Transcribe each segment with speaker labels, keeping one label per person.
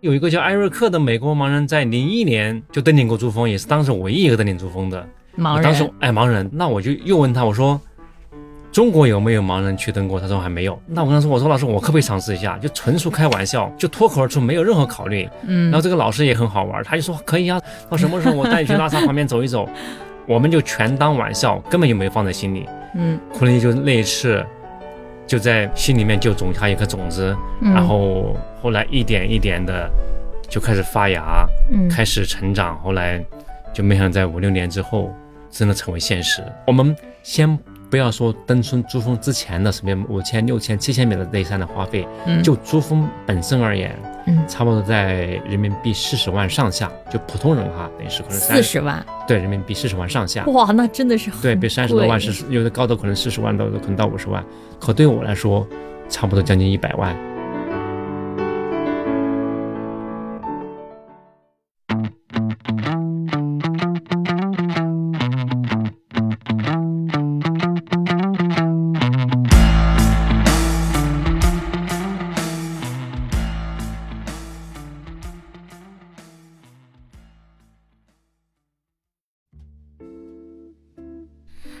Speaker 1: 有一个叫艾瑞克的美国盲人，在零一年就登顶过珠峰，也是当时唯一一个登顶珠峰的。
Speaker 2: 盲
Speaker 1: 我当时
Speaker 2: 人，
Speaker 1: 哎，盲人，那我就又问他，我说中国有没有盲人去登过？他说还没有。那我跟他说，我说老师，我可不可以尝试一下？就纯属开玩笑，就脱口而出，没有任何考 虑。
Speaker 2: 嗯，
Speaker 1: 然后这个老师也很好玩，他就说可以啊，到什么时候我带你去拉萨旁边走一 走，我们就全当玩笑，根本就没放在心里。
Speaker 2: 嗯，
Speaker 1: 库林就那一次就在心里面就种下一颗种子，
Speaker 2: 嗯
Speaker 1: 然后后来一点一点的就开始发芽，
Speaker 2: 嗯
Speaker 1: 开始成长，后来就没想到在五六年之后真的成为现实。我们先。不要说登春珠峰之前的什么五千、六千、七千米的那一山的花费，
Speaker 2: 嗯
Speaker 1: 就珠峰本身而言，
Speaker 2: 嗯
Speaker 1: 差不多在人民币四十万上下，就普通人哈，等于是可能
Speaker 2: 四
Speaker 1: 三
Speaker 2: 十万，
Speaker 1: 对人民币四十万上下，
Speaker 2: 哇，那真的是很
Speaker 1: 对，比三十多万
Speaker 2: 贵
Speaker 1: 是有的高的可能四十万到可能到五十万，可对我来说，差不多将近一百万。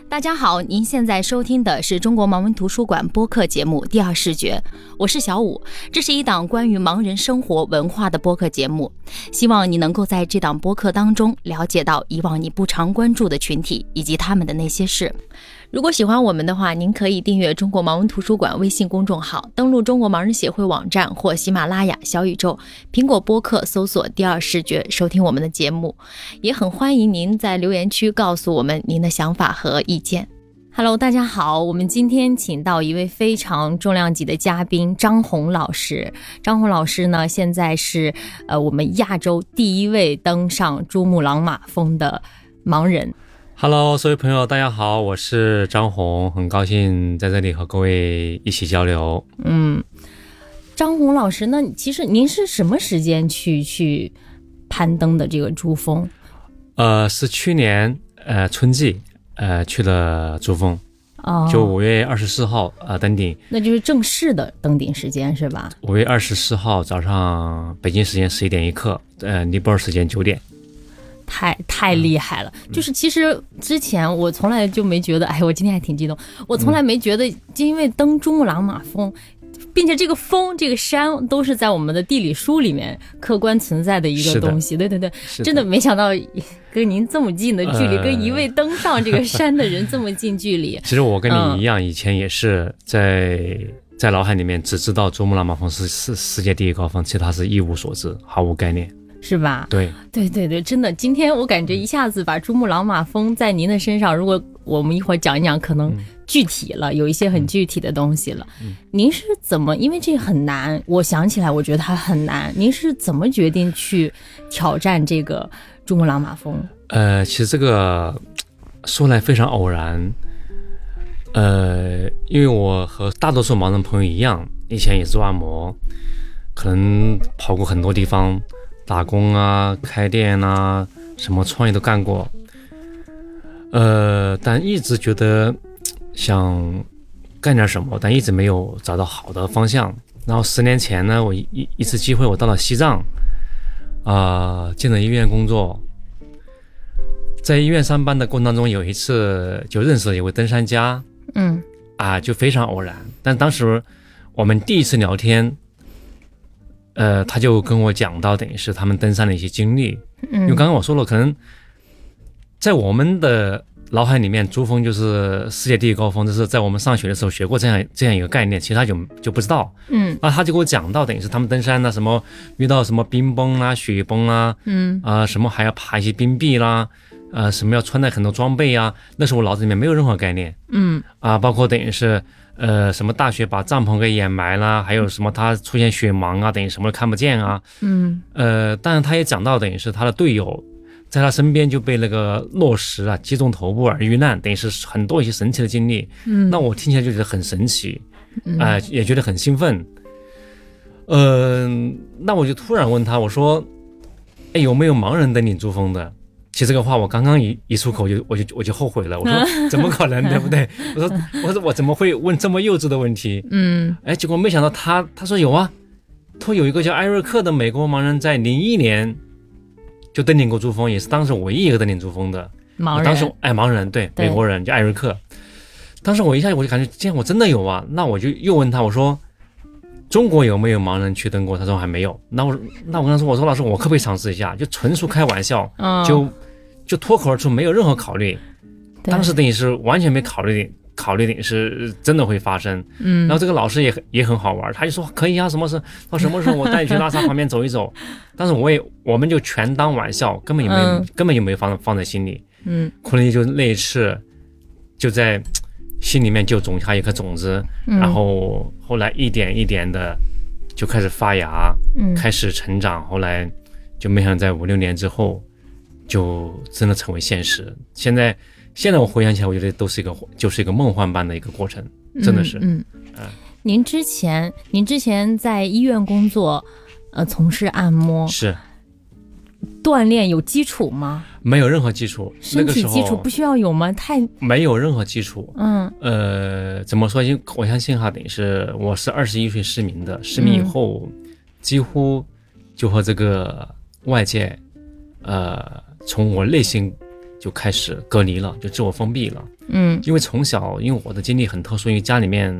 Speaker 2: 大家好，您现在收听的是中国盲文图书馆播客节目《第二视觉》，我是小五。这是一档关于盲人生活文化的播客节目，希望你能够在这档播客当中了解到以往你不常关注的群体以及他们的那些事。如果喜欢我们的话，您可以订阅中国盲文图书馆微信公众号，登录中国盲人协会网站或喜马拉雅、小宇宙、苹果播客搜索“第二视觉”收听我们的节目。也很欢迎您在留言区告诉我们您的想法和意见。Hello，大家好，我们今天请到一位非常重量级的嘉宾张红老师。张红老师呢，现在是呃我们亚洲第一位登上珠穆朗玛峰的盲人。
Speaker 1: Hello，所有朋友，大家好，我是张红，很高兴在这里和各位一起交流。
Speaker 2: 嗯，张红老师，那你其实您是什么时间去去攀登的这个珠峰？
Speaker 1: 呃，是去年呃春季呃去了珠峰，
Speaker 2: 哦，
Speaker 1: 就五月二十四号呃登顶，
Speaker 2: 那就是正式的登顶时间是吧？
Speaker 1: 五月二十四号早上北京时间十一点一刻，呃尼泊尔时间九点。
Speaker 2: 太太厉害了！
Speaker 1: 嗯
Speaker 2: 就是其实之前我从来就没觉得，哎，我今天还挺激动，呃我从来
Speaker 1: 嗯
Speaker 2: 没觉得，就因为登珠穆朗玛峰，并且这个峰、这个山都是在我们的地理书里面客观存在的一
Speaker 1: 是
Speaker 2: 个
Speaker 1: 的
Speaker 2: 东西。对对对，
Speaker 1: 是
Speaker 2: 真的没想到跟您这么近的距离，
Speaker 1: 呃。
Speaker 2: 跟一位登上这个山的人这么近距离
Speaker 1: 其实我跟
Speaker 2: 嗯
Speaker 1: 你一样，以前也是在在脑海里面只知道珠穆朗玛峰是是世界第一高峰，其他是一无所知，毫无概念。
Speaker 2: 是吧？
Speaker 1: 对，
Speaker 2: 对对对，真的，今天
Speaker 1: 嗯
Speaker 2: 我感觉一下子把珠穆朗玛峰在您的身上，如果我们一会儿讲一讲，可能具体了，有一些很具体的东西了。
Speaker 1: 嗯
Speaker 2: 您是怎么？因为这很难，我想起来，我觉得它很难。您是怎么决定去挑战这个珠穆朗玛峰？
Speaker 1: 呃，其实这个说来非常偶然，呃，因为我和大多数盲人朋友一样，以前也是按摩，可能跑过很多地方，打工啊、开店啊、什么创业都干过，呃，但一直觉得想干点什么，但一直没有找到好的方向。然后十年前呢，我一一一次机会，我到了西藏，啊、进了医院工作，在医院上班的过程当中，有一次就认识了一位登山家
Speaker 2: 嗯
Speaker 1: 啊，就非常偶然。但当时我们第一次聊天，呃，他就跟我讲到，等于是他们登山的一些经历。因为
Speaker 2: 嗯
Speaker 1: 刚刚我说了，可能在我们的脑海里面，珠峰就是世界第一高峰，这是在我们上学的时候学过这样这样一个概念，其他就就不知道。
Speaker 2: 嗯
Speaker 1: 那他就给我讲到，等于是他们登山啊呢，什么遇到什么冰崩啦、雪崩啦、
Speaker 2: 嗯
Speaker 1: 啊、什么还要爬一些冰壁啦，呃，什么要穿戴很多装备啊，那时候我脑子里面没有任何概念
Speaker 2: 嗯
Speaker 1: 啊、包括等于是呃什么大雪把帐篷给掩埋啦，还有什么他出现雪盲啊，等于什么都看不见啊，
Speaker 2: 嗯
Speaker 1: 呃，但是他也讲到，等于是他的队友在他身边就被那个落石啊击中头部而遇难，等于是很多一些神奇的经历，
Speaker 2: 嗯
Speaker 1: 那我听起来就觉得很神奇，
Speaker 2: 嗯
Speaker 1: 啊、也觉得很兴奋。嗯、那我就突然问他，我说：“哎，有没有盲人登顶珠峰的？”其实这个话我刚刚一一出口就我就我就后悔了，我
Speaker 2: 嗯
Speaker 1: 说怎么可能，对不 对？我说我说我怎么会问这么幼稚的问题？
Speaker 2: 嗯
Speaker 1: 哎，结果没想到他他说有啊，他有一个叫艾瑞克的美国盲人，在零一年就登顶过珠峰，也是当时唯一一个登顶珠峰的。
Speaker 2: 盲
Speaker 1: 我
Speaker 2: 人，
Speaker 1: 当时哎，盲人对，
Speaker 2: 对
Speaker 1: 美国人叫艾瑞克。当时我一下我就感觉，既然我真的有啊，那我就又问他，我说中国有没有盲人去登过？他说还没有。那我那我跟他说，我说老师，我可不可以尝试一下？就纯属开玩笑，
Speaker 2: 嗯，
Speaker 1: 就就脱口而出，没有任何考虑。
Speaker 2: 对
Speaker 1: 当时等于是完全没考虑考虑的是真的会发生。
Speaker 2: 嗯
Speaker 1: 然后这个老师也很也很好玩，他就说可以啊，什么时候到什么时候我带你去拉萨 旁边走一走。但是我也我们就全当玩笑，根本也没、
Speaker 2: 嗯
Speaker 1: 根本就没放放在心里。
Speaker 2: 嗯
Speaker 1: 库伦就那一次就在心里面就种下一颗种子，
Speaker 2: 嗯，
Speaker 1: 然后后来一点一点的就开始发芽，
Speaker 2: 嗯
Speaker 1: 开始成长，后来就没想到在五六年之后就真的成为现实。现在现在我回想起来，我觉得都是一个就是一个梦幻般的一个过程。真的是
Speaker 2: 嗯。嗯您之前，您之前在医院工作，呃，从事按摩
Speaker 1: 是。
Speaker 2: 锻炼有基础吗？
Speaker 1: 没有任何基础，那
Speaker 2: 身
Speaker 1: 个
Speaker 2: 体
Speaker 1: 时
Speaker 2: 基础
Speaker 1: 候
Speaker 2: 不需要有吗？太，
Speaker 1: 没有任何基础。
Speaker 2: 嗯
Speaker 1: 呃，怎么说？因为我相信哈，等于是我是二十一岁失明的，失明以
Speaker 2: 嗯
Speaker 1: 后、几乎就和这个外界，呃，从我内心就开始隔离了，就自我封闭了。
Speaker 2: 嗯
Speaker 1: 因为从小，因为我的经历很特殊，因为家里面，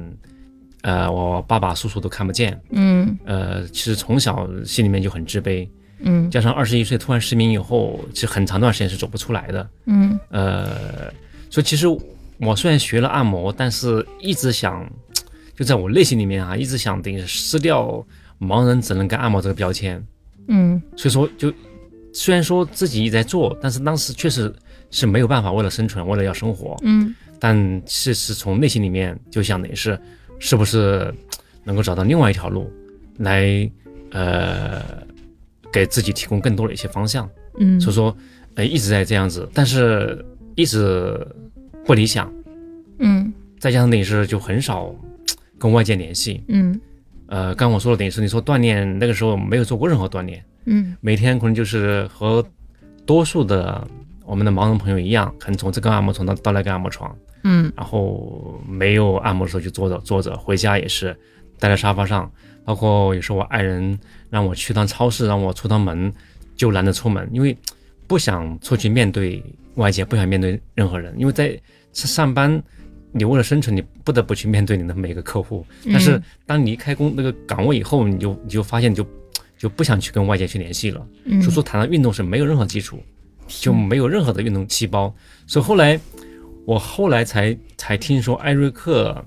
Speaker 1: 呃，我爸爸、叔叔都看不见，
Speaker 2: 嗯
Speaker 1: 呃，其实从小心里面就很自卑，
Speaker 2: 嗯
Speaker 1: 加上二十一岁突然失明以后，其实很长段时间是走不出来的。
Speaker 2: 嗯
Speaker 1: 呃，所以其实我虽然学了按摩，但是一直想，就在我内心里面啊，一直想等于是撕掉盲人只能干按摩这个标签。
Speaker 2: 嗯
Speaker 1: 所以说就，虽然说自己一直在做，但是当时确实是没有办法，为了生存，为了要生活，
Speaker 2: 嗯
Speaker 1: 但是是从内心里面就想的是，是不是能够找到另外一条路来，呃，给自己提供更多的一些方向。
Speaker 2: 嗯，
Speaker 1: 所以说，呃，一直在这样子，但是一直不理想，
Speaker 2: 嗯
Speaker 1: 再加上等于是就很少跟外界联系。
Speaker 2: 嗯
Speaker 1: 呃，刚我说了，等于是你说锻炼，那个时候没有做过任何锻炼，
Speaker 2: 嗯
Speaker 1: 每天可能就是和多数的我们的盲人朋友一样，可能从这个按摩床到到那个按摩床，
Speaker 2: 嗯
Speaker 1: 然后没有按摩的时候就坐着坐着，回家也是待在沙发上。包括有时候我爱人让我去趟超市，让我出趟门，就懒得出门，因为不想出去面对外界，不想面对任何人。因为在上班，你为了生存，你不得不去面对你的每个客户。但是当你离开工那个岗位以后，你就你就发现你就就不想去跟外界去联系了。
Speaker 2: 嗯，
Speaker 1: 所以说谈到运动是没有任何基础，就没有任何的运动细胞。所以后来我后来才才听说艾瑞克，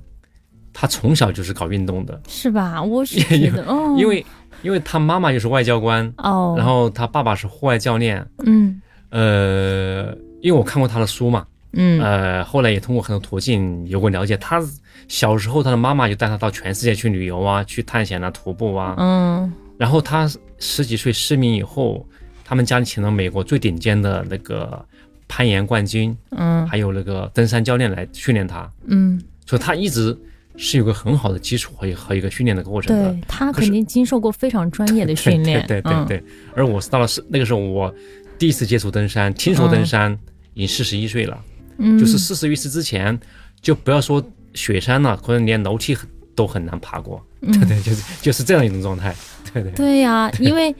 Speaker 1: 他从小就是搞运动的，
Speaker 2: 是吧？我是觉得，哦，
Speaker 1: 因为因为他妈妈就是外交官，
Speaker 2: 哦，
Speaker 1: 然后他爸爸是户外教练，
Speaker 2: 嗯
Speaker 1: 呃。因为我看过他的书嘛，
Speaker 2: 嗯
Speaker 1: 呃，后来也通过很多途径有过了解。他小时候，他的妈妈就带他到全世界去旅游啊，去探险啊，徒步啊。
Speaker 2: 嗯
Speaker 1: 然后他十几岁失明以后，他们家里请了美国最顶尖的那个攀岩冠军，
Speaker 2: 嗯
Speaker 1: 还有那个登山教练来训练他，
Speaker 2: 嗯，
Speaker 1: 所以他一直是有个很好的基础和和一个训练的过程的
Speaker 2: 对。他
Speaker 1: 可是
Speaker 2: 肯定经受过非常专业的训练，嗯
Speaker 1: 对对对对。而我是到了是那个时候，我第一次接触登山，听说登山已经四十一岁了，
Speaker 2: 嗯，
Speaker 1: 就是四十一岁之前，就不要说雪山了、可能连楼梯都很难爬过。
Speaker 2: 嗯
Speaker 1: 对对，就是就是这样一种状态。对对。
Speaker 2: 对呀、因为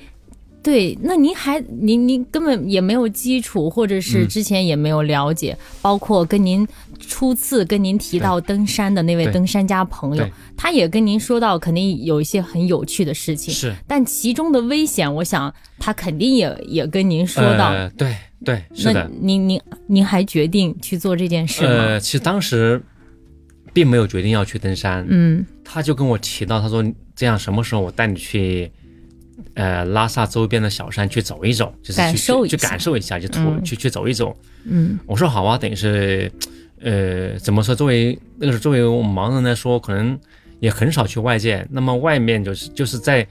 Speaker 2: 对，那您还您您根本也没有基础，或者是
Speaker 1: 嗯
Speaker 2: 之前也没有了解，包括跟您初次跟您提到登山的那位
Speaker 1: 对
Speaker 2: 登山家朋友
Speaker 1: 对，
Speaker 2: 他也跟您说到肯定有一些很有趣的事情，
Speaker 1: 是，
Speaker 2: 但其中的危险，我想他肯定也也跟您说到。
Speaker 1: 呃、对对是
Speaker 2: 那
Speaker 1: 的，
Speaker 2: 您您您还决定去做这件事吗？
Speaker 1: 呃，其实当时并没有决定要去登山，
Speaker 2: 嗯
Speaker 1: 他就跟我提到，他说这样什么时候我带你去，呃，拉萨周边的小山去走一走，就是
Speaker 2: 感
Speaker 1: 去
Speaker 2: 受一
Speaker 1: 去去
Speaker 2: 下
Speaker 1: 感受一下，就徒、
Speaker 2: 嗯
Speaker 1: 去去走一走。
Speaker 2: 嗯
Speaker 1: 我说好啊，等于是，呃，怎么说？作为那个时候作为我们盲人来说，可能也很少去外界。那么外面就是就是在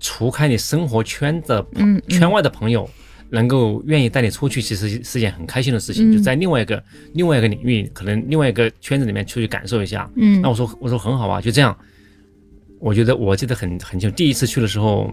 Speaker 1: 除开你生活圈的朋
Speaker 2: 嗯嗯
Speaker 1: 圈外的朋友，能够愿意带你出去，其实是件很开心的事情。
Speaker 2: 嗯
Speaker 1: 就在另外一个另外一个领域，可能另外一个圈子里面出去感受一下。
Speaker 2: 嗯
Speaker 1: 那我说我说很好啊，就这样。我觉得我记得很很清楚，第一次去的时候，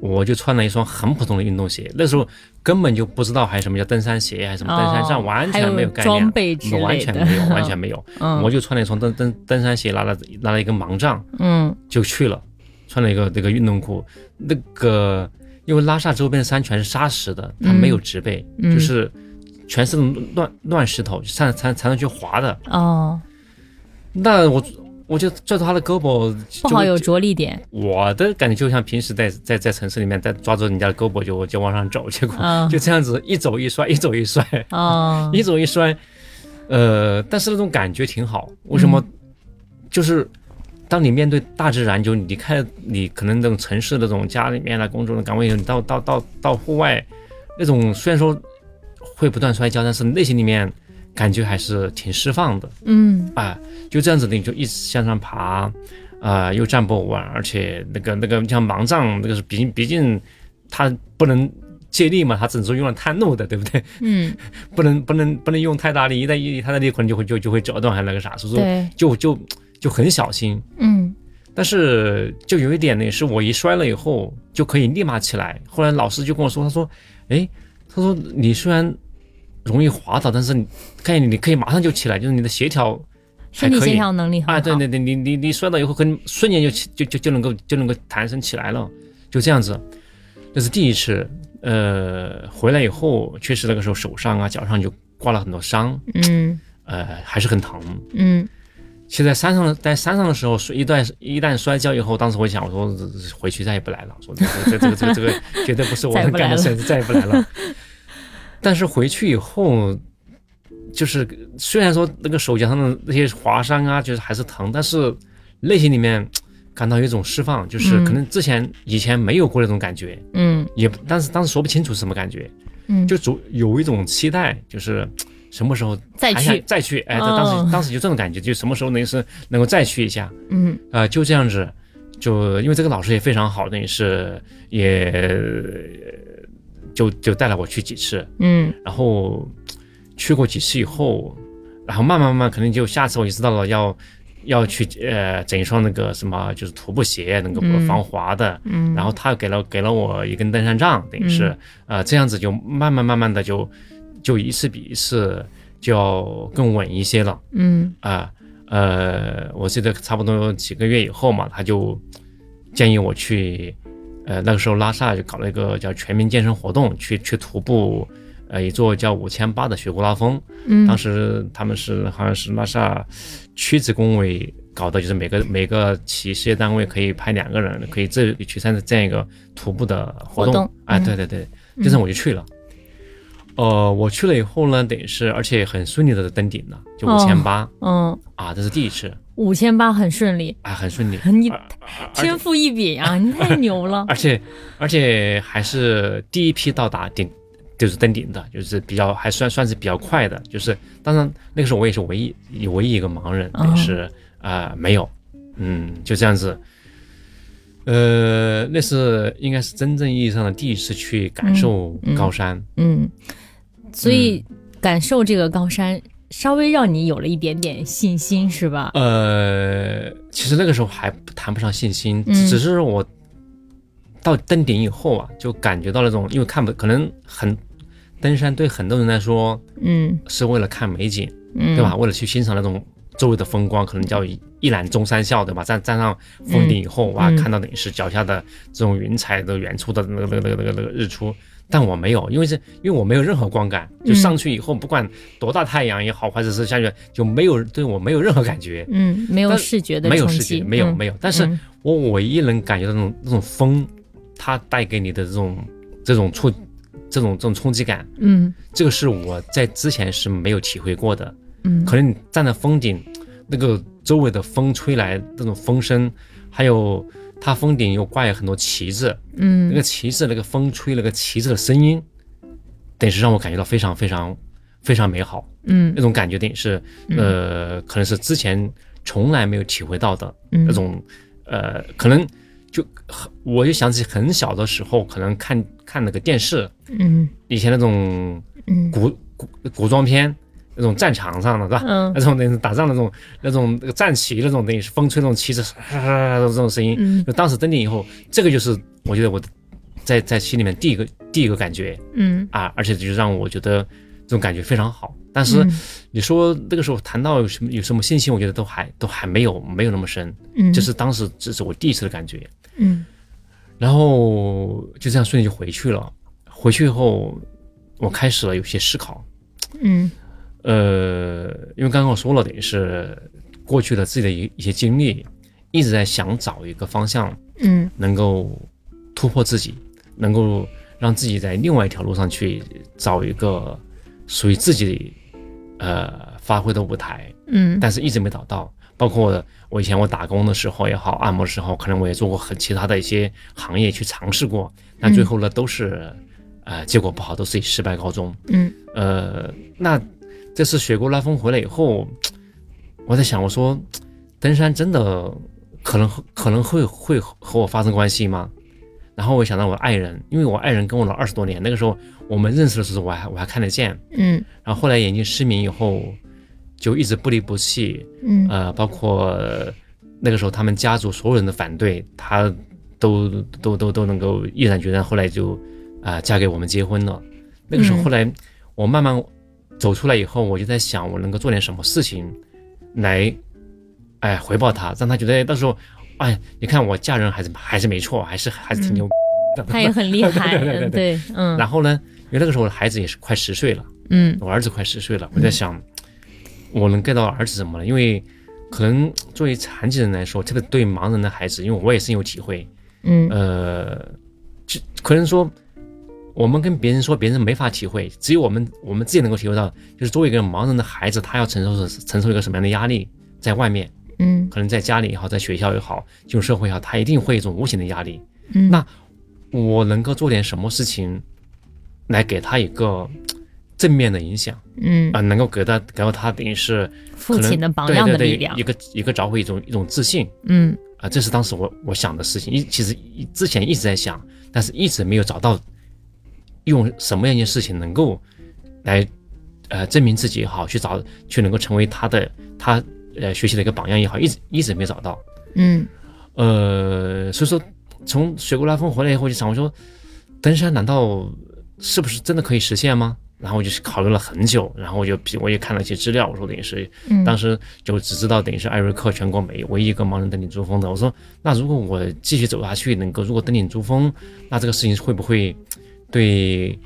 Speaker 1: 我就穿了一双很普通的运动鞋，那时候根本就不知道还有什么叫登山鞋，还是什么登山杖，
Speaker 2: 哦
Speaker 1: 完
Speaker 2: 还
Speaker 1: 全没
Speaker 2: 有
Speaker 1: 概
Speaker 2: 装
Speaker 1: 念，
Speaker 2: 备之类
Speaker 1: 完全
Speaker 2: 的，
Speaker 1: 没有，完全没有。
Speaker 2: 嗯
Speaker 1: 我就穿了一双登登登山鞋，拿了拿了一根盲杖
Speaker 2: 嗯
Speaker 1: 就去了。穿了一个这个运动裤，那个因为拉萨周边的山全是沙石的，它没有植被，
Speaker 2: 嗯
Speaker 1: 就是全是那种乱乱石头，才才才能去滑的。
Speaker 2: 哦，
Speaker 1: 那我我就拽住他的胳膊，
Speaker 2: 不
Speaker 1: 就
Speaker 2: 好有着力点，
Speaker 1: 我的感觉就像平时在在在城市里面，在抓住人家的胳膊就就往上走，结果
Speaker 2: 嗯，
Speaker 1: 就这样子一走一摔，一走一摔，
Speaker 3: 啊
Speaker 2: 哦，
Speaker 1: 一走一摔，呃，但是那种感觉挺好。为什么？就是当你面对大自然，就你离开你可能那种城市的这种家里面的工作的岗位，你到到到到户外，那种虽然说会不断摔跤，但是内心里面感觉还是挺释放的。
Speaker 2: 嗯
Speaker 1: 哎，就这样子的，你就一直向上爬，啊、又站不稳，而且那个那个像盲杖，那个是毕竟毕竟它不能借力嘛，它只能说用了探路的，对不对？
Speaker 2: 嗯，
Speaker 1: 不能不能不能用太大力，一旦一太大力可能就会就就会折断还是那个啥，所以说
Speaker 2: 对，
Speaker 1: 就就就很小心。
Speaker 2: 嗯
Speaker 1: 但是就有一点呢，是我一摔了以后就可以立马起来。后来老师就跟我说，他说，哎，他说你虽然容易滑倒，但是你看你你可以马上就起来，就是你的协调还
Speaker 2: 身体
Speaker 1: 可
Speaker 2: 协
Speaker 1: 以。
Speaker 2: 调能力很好，
Speaker 1: 啊，对对对，你你你摔倒以后，可能瞬间就起就就就能够就能够弹升起来了，就这样子。这是第一次，呃，回来以后，确实那个时候手上啊、脚上就挂了很多伤，
Speaker 2: 嗯
Speaker 1: 呃，还是很疼。
Speaker 2: 嗯
Speaker 1: 其实在山上的在山上的时候，摔一段一旦摔跤以后，当时我想，我说这这回去再也不来了，我说这这这个这个这个绝对不是我
Speaker 2: 再也
Speaker 1: 能
Speaker 2: 不来
Speaker 1: 干的事，再也不来了。但是回去以后，就是虽然说那个手脚上的那些划伤啊，就是还是疼，但是内心里面感到有一种释放，就是
Speaker 2: 嗯
Speaker 1: 可能之前以前没有过那种感觉，
Speaker 2: 嗯
Speaker 1: 也但是当时说不清楚是什么感觉，
Speaker 2: 嗯，
Speaker 1: 就总有一种期待，就是什么时候
Speaker 2: 再
Speaker 1: 还想
Speaker 2: 去，
Speaker 1: 再去，哎，
Speaker 2: 哦
Speaker 1: 当当时当时就这种感觉，就什么时候能是能够再去一下，
Speaker 2: 嗯
Speaker 1: 呃，就这样子，就因为这个老师也非常好，等于是也呃就就带了我去几次，
Speaker 2: 嗯
Speaker 1: 然后去过几次以后，然后慢慢慢慢，可能就下次我就知道了要要去呃整一双那个什么就是徒步鞋，能够
Speaker 2: 嗯
Speaker 1: 防滑的，
Speaker 2: 嗯，
Speaker 1: 然后他给了给了我一根登山杖，等于是、呃这样子就慢慢慢慢的就就一次比一次就要更稳一些了
Speaker 2: 嗯
Speaker 1: 啊呃我记得差不多几个月以后嘛，他就建议我去呃那个时候拉萨就搞了一个叫全民健身活动，去去徒步呃一座叫五千八的雪古拉峰，
Speaker 2: 嗯
Speaker 1: 当时他们是好像是拉萨区直工委搞的，就是每个每个企事业单位可以派两个人，可以自己去参加这样一个徒步的活
Speaker 2: 活
Speaker 1: 动。
Speaker 2: 动
Speaker 1: 哎，
Speaker 2: 嗯
Speaker 1: 对对对，这次我就去了。呃，我去了以后呢，等于是而且很顺利的登顶了，就
Speaker 2: 哦
Speaker 1: 五千八
Speaker 2: 嗯，
Speaker 1: 啊，这是第一次，
Speaker 2: 五千八很顺利，
Speaker 1: 啊，很顺利。
Speaker 2: 你
Speaker 1: 而且
Speaker 2: 天赋异禀啊，你太牛了，
Speaker 1: 而且而且还是第一批到达顶，就是登顶的，就是比较还算算是比较快的。就是当然那个时候我也是唯一唯一一个盲人，
Speaker 2: 哦
Speaker 1: 也是啊、呃没有，嗯，就这样子。呃，那是应该是真正意义上的第一次去感受
Speaker 2: 嗯嗯
Speaker 1: 高山，
Speaker 2: 嗯，所以感受这个高山，稍微让你有了一点点信心，是吧？
Speaker 1: 呃，其实那个时候还不谈不上信心，
Speaker 2: 嗯
Speaker 1: 只只是我到登顶以后啊，就感觉到那种，因为看不可能很登山对很多人来说
Speaker 2: 嗯
Speaker 1: 是为了看美景，
Speaker 2: 嗯，
Speaker 1: 对吧？？为了去欣赏那种周围的风光，可能叫一一览众山小，对吧？站站上峰顶以后，哇，
Speaker 2: 嗯
Speaker 1: 看到等于是脚下的这种云彩的远处的那个那个那个那个那个日出。但我没有，因为是因为我没有任何观感，就
Speaker 2: 嗯
Speaker 1: 上去以后，不管多大太阳也好，或者是下雪，就没有对我没有任何感觉。
Speaker 2: 嗯，没有
Speaker 1: 但
Speaker 2: 视觉的
Speaker 1: 没有
Speaker 2: 冲
Speaker 1: 视
Speaker 2: 击，
Speaker 1: 觉，没有
Speaker 2: 嗯
Speaker 1: 没有，但是
Speaker 2: 嗯
Speaker 1: 我唯一能感觉到那种那种风，它带给你的这种这种触，这种这种冲击感，
Speaker 2: 嗯
Speaker 1: 这个是我在之前是没有体会过的。
Speaker 2: 嗯
Speaker 1: 可能你站在峰顶，那个周围的风吹来那种风声，还有它峰顶又挂有很多旗子，那
Speaker 2: 嗯
Speaker 1: 个旗子那个风吹那个旗子的声音，等于是让我感觉到非常非常非常美好，
Speaker 2: 嗯
Speaker 1: 那种感觉等于是呃，可能是之前从来没有体会到的。
Speaker 2: 嗯
Speaker 1: 那种呃，可能就很我就想起很小的时候，可能看看那个电视，
Speaker 2: 嗯
Speaker 1: 以前那种
Speaker 2: 嗯
Speaker 1: 古古古装片，那种战场上的，对吧？
Speaker 2: 嗯
Speaker 1: 那种那种打仗的那种那种那个战旗那种等于是风吹那种旗子这种声音，
Speaker 2: 嗯
Speaker 1: 就当时登顶以后，这个就是我觉得我在在心里面第一个第一个感觉
Speaker 2: 嗯
Speaker 1: 啊，而且就让我觉得这种感觉非常好。但是你说那个时候谈到有什么有什么信心，我觉得都还都还没有没有那么深。
Speaker 2: 嗯，
Speaker 1: 这是当时这是我第一次的感觉。
Speaker 3: 嗯
Speaker 1: 然后就这样顺利就回去了。回去以后，我开始了有些思考，
Speaker 3: 嗯
Speaker 1: 呃，因为刚刚我说了，等于是过去的自己的一一些经历，一直在想找一个方向，
Speaker 3: 嗯
Speaker 1: 能够突破自己，能够让自己在另外一条路上去找一个属于自己呃发挥的舞台，
Speaker 3: 嗯
Speaker 1: 但是一直没找到。包括我我以前我打工的时候也好，按摩的时候，可能我也做过很其他的一些行业去尝试过，但最后呢都是呃结果不好，都是以失败告终。
Speaker 3: 嗯
Speaker 1: 呃，那这次雪国拉风回来以后，我在想，我说登山真的可能可能会会和我发生关系吗？然后我想到我爱人，因为我爱人跟我了二十多年，那个时候我们认识的时候，我还我还看得见，
Speaker 3: 嗯
Speaker 1: 然后后来眼睛失明以后，就一直不离不弃，
Speaker 3: 嗯
Speaker 1: 呃，包括那个时候他们家族所有人的反对，她都都都都能够毅然决然，后来就啊、呃嫁给我们结婚了。那个时候
Speaker 3: 嗯
Speaker 1: 后来我慢慢走出来以后，我就在想我能够做点什么事情来，哎回报她，让她觉得到时候，哎，你看我嫁人还是还是没错，还是还是挺牛逼的。
Speaker 3: 他也很厉害，
Speaker 1: 对对对对
Speaker 3: 嗯对，嗯
Speaker 1: 然后呢，因为那个时候我的孩子也是快十岁了。
Speaker 3: 嗯
Speaker 1: 我儿子快十岁了，我在想，我能 get 到儿子什么呢？因为可能作为残疾人来说，特别对盲人的孩子，因为我也深有体会，
Speaker 3: 嗯
Speaker 1: 呃，就可能说我们跟别人说，别人没法体会，只有我们我们自己能够体会到，就是作为一个盲人的孩子，他要承受的承受一个什么样的压力，在外面，
Speaker 3: 嗯
Speaker 1: 可能在家里也好，在学校也好，进入社会也好，他一定会有一种无形的压力。
Speaker 3: 嗯，
Speaker 1: 那我能够做点什么事情，来给他一个正面的影响？
Speaker 3: 嗯
Speaker 1: 啊、能够给到给到他等于是
Speaker 3: 父
Speaker 1: 可
Speaker 3: 亲
Speaker 1: 能
Speaker 3: 的榜
Speaker 1: 对
Speaker 3: 样
Speaker 1: 对
Speaker 3: 的
Speaker 1: 对
Speaker 3: 力量
Speaker 1: 一，个一个找回一种一种自信
Speaker 3: 嗯
Speaker 1: 啊、这是当时我我想的事情，一其实一之前一直在想，但是一直没有找到用什么样一件事情能够来呃证明自己也好，去找去能够成为他的他呃学习的一个榜样也好，一直一直没找到，
Speaker 3: 嗯
Speaker 1: 呃，所以说从雪国拉风回来以后就想，我说登山难道是不是真的可以实现吗？然后我就是考虑了很久，然后我就我也看了一些资料，我说等于是
Speaker 3: 嗯，
Speaker 1: 当时就只知道等于是艾瑞克全国每唯一一个盲人登顶珠峰的。我说，那如果我继续走下去，能够如果登顶珠峰，那这个事情会不会对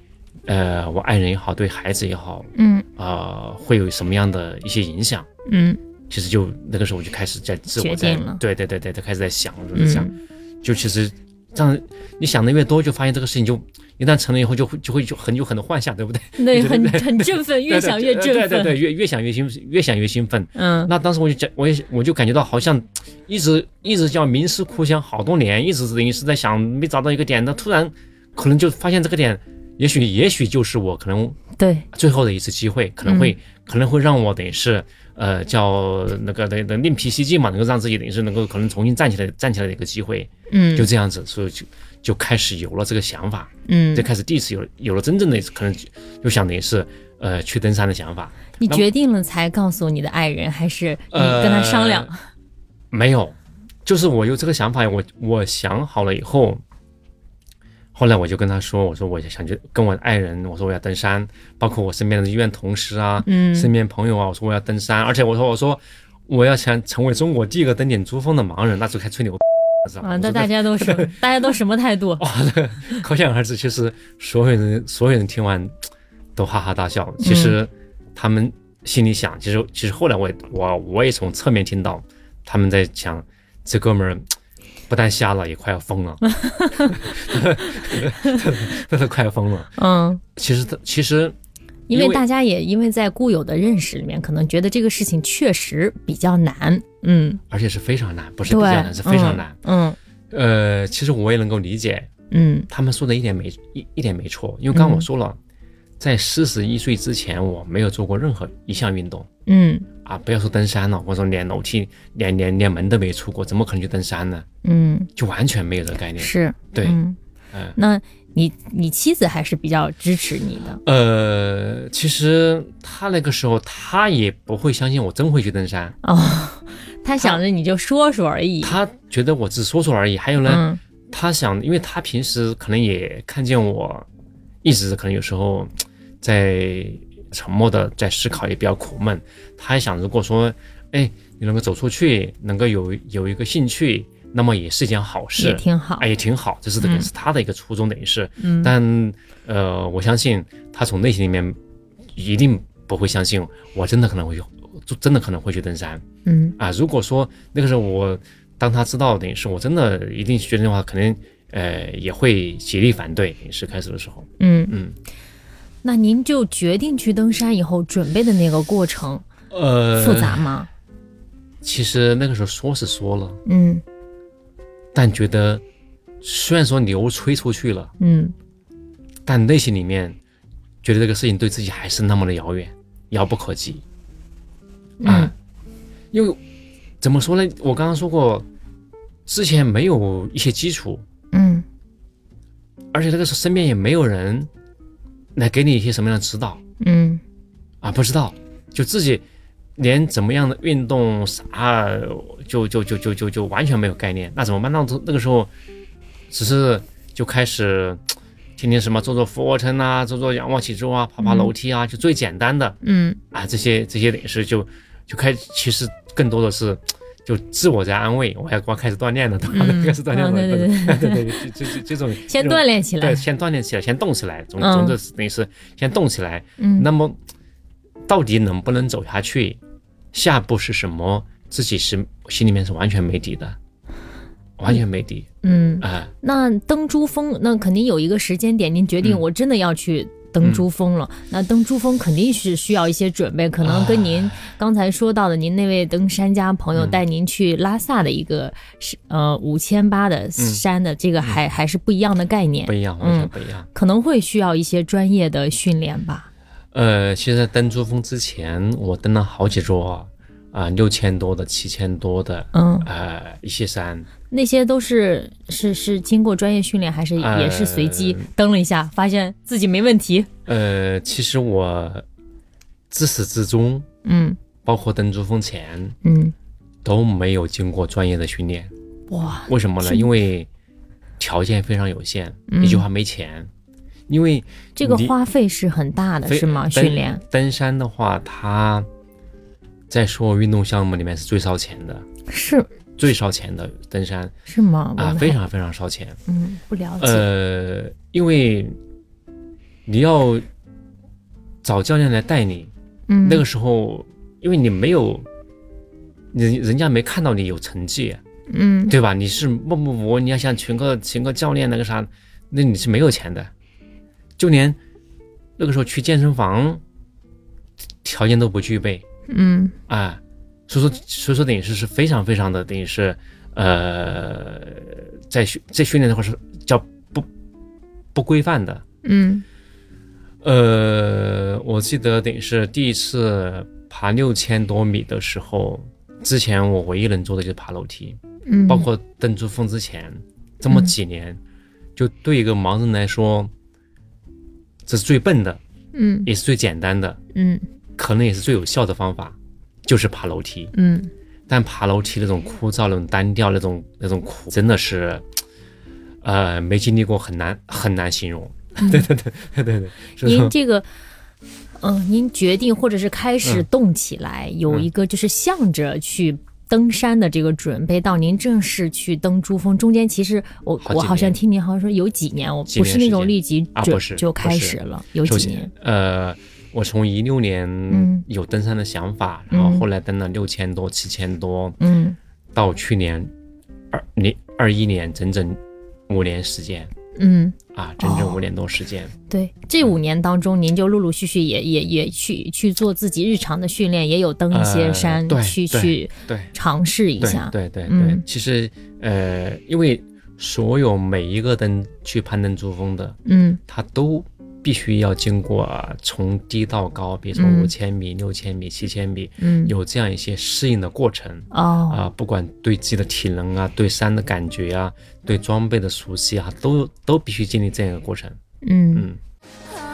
Speaker 1: 呃我爱人也好，对孩子也好，
Speaker 3: 嗯
Speaker 1: 啊、会有什么样的一些影响？
Speaker 3: 嗯
Speaker 1: 其实就那个时候我就开始在自我
Speaker 3: 决
Speaker 1: 在
Speaker 3: 定了
Speaker 1: 对对对对，就开始在想，我就是想，
Speaker 3: 嗯
Speaker 1: 就其实这样你想的越多，就发现这个事情就一旦成了以后就，会就会就很有很多幻想，对不对？
Speaker 3: 对，
Speaker 1: 对
Speaker 3: 很
Speaker 1: 对对
Speaker 3: 很振奋，越想越振
Speaker 1: 对对
Speaker 3: 奋，
Speaker 1: 对，越越想越兴，越想越兴奋。
Speaker 3: 嗯
Speaker 1: 那当时我就讲，我也我就感觉到好像一直一直叫冥思苦想好多年，一直等于是在想没找到一个点，那突然可能就发现这个点，也许也许就是我可能
Speaker 3: 对，
Speaker 1: 最后的一次机会，可能
Speaker 3: 嗯
Speaker 1: 会、可能会让我等于是呃叫那个那个另辟蹊径嘛，能够让自己等于是能够可能重新站起来站起来的一个机会，
Speaker 3: 嗯
Speaker 1: 就这样子，所以就就开始有了这个想法，
Speaker 3: 嗯
Speaker 1: 就，开始第一次有有了真正的可能就就想等于是呃去登山的想法，
Speaker 3: 你
Speaker 1: 那么
Speaker 3: 决定了才告诉你的爱人，还是你
Speaker 1: 呃
Speaker 3: 跟他商量？
Speaker 1: 没有，就是我有这个想法，我我想好了以后，后来我就跟他说，我说我想去跟我的爱人，我说我要登山，包括我身边的医院同事啊，
Speaker 3: 嗯
Speaker 1: 身边朋友啊，我说我要登山，而且我说我说我要想成为中国第一个登顶珠峰的盲人，那时候还吹牛，知道吗？呃
Speaker 3: 啊，
Speaker 1: 我哦
Speaker 3: 那
Speaker 1: 说
Speaker 3: 大家 都什大家都什么态度？
Speaker 1: 可想而知，其实所有人所有人听完都哈哈大笑。其实
Speaker 3: 嗯
Speaker 1: 他们心里想，其实其实后来我也我我也从侧面听到他们在想，这哥们儿不但瞎了，也快要疯了， 他都快要疯了。
Speaker 3: 嗯，
Speaker 1: 其实他其实因
Speaker 3: 因为
Speaker 1: 为
Speaker 3: 大家也因为在固有的认识里面，可能觉得这个事情确实比较难。嗯，
Speaker 1: 而且是非常难，不是
Speaker 3: 对
Speaker 1: 比较难，是非常难。。
Speaker 3: 嗯
Speaker 1: 呃，其实我也能够理解
Speaker 3: 嗯
Speaker 1: 他们说的一点没一一点没错，因为刚刚我
Speaker 3: 嗯
Speaker 1: 说了，在四十一岁之前，我没有做过任何一项运动。
Speaker 3: 嗯
Speaker 1: 啊，不要说登山了，或者说连楼梯、连连连门都没出过，怎么可能去登山呢？
Speaker 3: 嗯，
Speaker 1: 就完全没有这个概念。
Speaker 3: 是。
Speaker 1: 对，
Speaker 3: 嗯，
Speaker 1: 嗯，
Speaker 3: 那你你妻子还是比较支持你的。
Speaker 1: 呃，其实他那个时候他也不会相信我真会去登山，
Speaker 3: 哦，他想着你就说说而已。
Speaker 1: 他觉得我只说说而已。还有呢，
Speaker 3: 嗯
Speaker 1: 他想，因为他平时可能也看见我，一直可能有时候在沉默的在思考，也比较苦闷。他还想，如果说，哎，你能够走出去，能够有有一个兴趣，那么也是一件好事，
Speaker 3: 也挺好
Speaker 1: 哎，也挺好，这是等于是他的一个初衷，等于是，
Speaker 3: 嗯
Speaker 1: 但呃，我相信他从内心里面一定不会相信我真的可能会去，就真的可能会去登山
Speaker 3: 嗯
Speaker 1: 啊。如果说那个时候我当他知道等于是我真的一定去决定的话，肯定呃也会极力反对，也是开始的时候，
Speaker 3: 嗯
Speaker 1: 嗯，
Speaker 3: 那您就决定去登山以后准备的那个过程
Speaker 1: 呃，
Speaker 3: 复杂。吗？
Speaker 1: 其实那个时候说是说了，
Speaker 3: 嗯
Speaker 1: 但觉得虽然说牛吹出去了，
Speaker 3: 嗯
Speaker 1: 但内心里面觉得这个事情对自己还是那么的遥远，遥不可及。啊
Speaker 3: 嗯
Speaker 1: 因为怎么说呢？我刚刚说过，之前没有一些基础，
Speaker 3: 嗯
Speaker 1: 而且那个时候身边也没有人来给你一些什么样的指导
Speaker 3: 嗯
Speaker 1: 啊，不知道，就自己连怎么样的运动啥，就就就就就就完全没有概念，那怎么办？那时候那个时候只是就开始天天什么做做俯卧撑啊，做做仰卧起坐啊，爬爬楼梯啊，就最简单的
Speaker 3: 嗯
Speaker 1: 啊，这些这些也是就就开，其实更多的是就自我在安慰，我要我要开始锻炼了，对吧？
Speaker 3: 嗯
Speaker 1: 开始锻炼了，
Speaker 3: 啊对对
Speaker 1: 对 对对，就就就这种
Speaker 3: 先
Speaker 1: 这种
Speaker 3: 锻炼起来
Speaker 1: 对，。先锻炼起来，先动起来，总
Speaker 3: 嗯
Speaker 1: 总之是等于是先动起来。
Speaker 3: 嗯
Speaker 1: 那么到底能不能走下去，下步是什么，自己是心里面是完全没底的，完全没底
Speaker 3: 嗯，
Speaker 1: 啊、
Speaker 3: 那登珠峰那肯定有一个时间点，您决定
Speaker 1: 嗯
Speaker 3: 我真的要去。登珠峰了，那登珠峰肯定是需要一些准备，可能跟您刚才说到的，您那位登山家朋友
Speaker 1: 嗯
Speaker 3: 带您去拉萨的一个是、呃五千八的
Speaker 1: 嗯
Speaker 3: 山的这个还、还是不一样的概念
Speaker 1: 不，一样，完全不一样。
Speaker 3: 可能会需要一些专业的训练吧。
Speaker 1: 呃，其实，在登珠峰之前，我登了好几座啊，六、千多的、七千多的，
Speaker 3: 嗯，
Speaker 1: 呃，一些山，
Speaker 3: 那些都是是是经过专业训练，还是也是随机
Speaker 1: 呃
Speaker 3: 登了一下，发现自己没问题。
Speaker 1: 呃，其实我自始至终，
Speaker 3: 嗯
Speaker 1: 包括登珠峰前，
Speaker 3: 嗯，
Speaker 1: 都没有经过专业的训练。
Speaker 3: 哇，
Speaker 1: 为什么呢？因为条件非常有限，
Speaker 3: 嗯
Speaker 1: 一句话没钱。因为
Speaker 3: 这个
Speaker 1: 你
Speaker 3: 花费是很大的，
Speaker 1: 非
Speaker 3: 是吗？
Speaker 1: 登
Speaker 3: 训练
Speaker 1: 登山的话，它在所有运动项目里面是最烧钱的，
Speaker 3: 是
Speaker 1: 最烧钱的登山
Speaker 3: 是吗？我
Speaker 1: 啊，
Speaker 3: 们
Speaker 1: 非
Speaker 3: 还
Speaker 1: 常非常烧钱。
Speaker 3: 嗯不了解。
Speaker 1: 呃，因为你要找教练来带你，
Speaker 3: 嗯，
Speaker 1: 那个时候，因为你没有，人人家没看到你有成绩，啊
Speaker 3: 嗯
Speaker 1: 对吧？你是默默无闻，你要想请个请个教练那个啥，那你是没有钱的，就连那个时候去健身房条件都不具备
Speaker 3: 嗯
Speaker 1: 啊，所以说所以说等于是是非常非常的等于是呃，在训在训练这块是叫不不规范的，
Speaker 3: 嗯
Speaker 1: 呃，我记得等于是第一次爬六千多米的时候，之前我唯一能做的就是爬楼梯，
Speaker 3: 嗯，
Speaker 1: 包括登珠峰之前，这么
Speaker 3: 嗯
Speaker 1: 几年，就对一个盲人来说，这是最笨的，
Speaker 3: 嗯
Speaker 1: 也是最简单的，
Speaker 3: 嗯
Speaker 1: 可能也是最有效的方法，就是爬楼梯。
Speaker 3: 嗯
Speaker 1: 但爬楼梯那种枯燥、那种单调、那种那种苦，真的是，呃，没经历过很难很难形容。
Speaker 3: 嗯
Speaker 1: 对对对对对对， 是
Speaker 3: 您这个。嗯、您决定或者是开
Speaker 1: 嗯
Speaker 3: 始动起来，有一个就是向着去登山的这个准备，到您正式去登珠峰中间，其实我
Speaker 1: 好几
Speaker 3: 我好像
Speaker 1: 年
Speaker 3: 听您好像说有几年，我
Speaker 1: 几
Speaker 3: 不
Speaker 1: 年
Speaker 3: 是那
Speaker 1: 时
Speaker 3: 种
Speaker 1: 间
Speaker 3: 立即
Speaker 1: 啊
Speaker 3: 准、
Speaker 1: 不是
Speaker 3: 就
Speaker 1: 不
Speaker 3: 开
Speaker 1: 是
Speaker 3: 始了，有
Speaker 1: 首
Speaker 3: 几
Speaker 1: 先
Speaker 3: 年，
Speaker 1: 呃，我从一六
Speaker 3: 嗯
Speaker 1: 年有登山的想法，然后后来登了六千多、七千多，
Speaker 3: 嗯
Speaker 1: 到去年二零二一年整整五年时间
Speaker 3: 嗯，
Speaker 1: 啊，整整五年多时间。
Speaker 3: 对，这五年当中，您就陆陆续续也也也去去做自己日常的训练，也有登一些
Speaker 1: 呃
Speaker 3: 山、
Speaker 1: 对
Speaker 3: 去
Speaker 1: 对
Speaker 3: 去
Speaker 1: 对
Speaker 3: 尝试一
Speaker 1: 对
Speaker 3: 下。
Speaker 1: 对对对
Speaker 3: 嗯，
Speaker 1: 其实呃，因为所有每一个登去攀登珠峰的，
Speaker 3: 嗯
Speaker 1: 他都。必须要经过啊从低到高，比如从
Speaker 3: 嗯
Speaker 1: 五千米、六千米、七千米，
Speaker 3: 嗯，
Speaker 1: 有这样一些适应的过程。
Speaker 3: 哦，
Speaker 1: 啊，不管对自己的体能啊，对山的感觉啊，对装备的熟悉啊，都都必须经历这样一个过程。
Speaker 3: 嗯
Speaker 1: 嗯，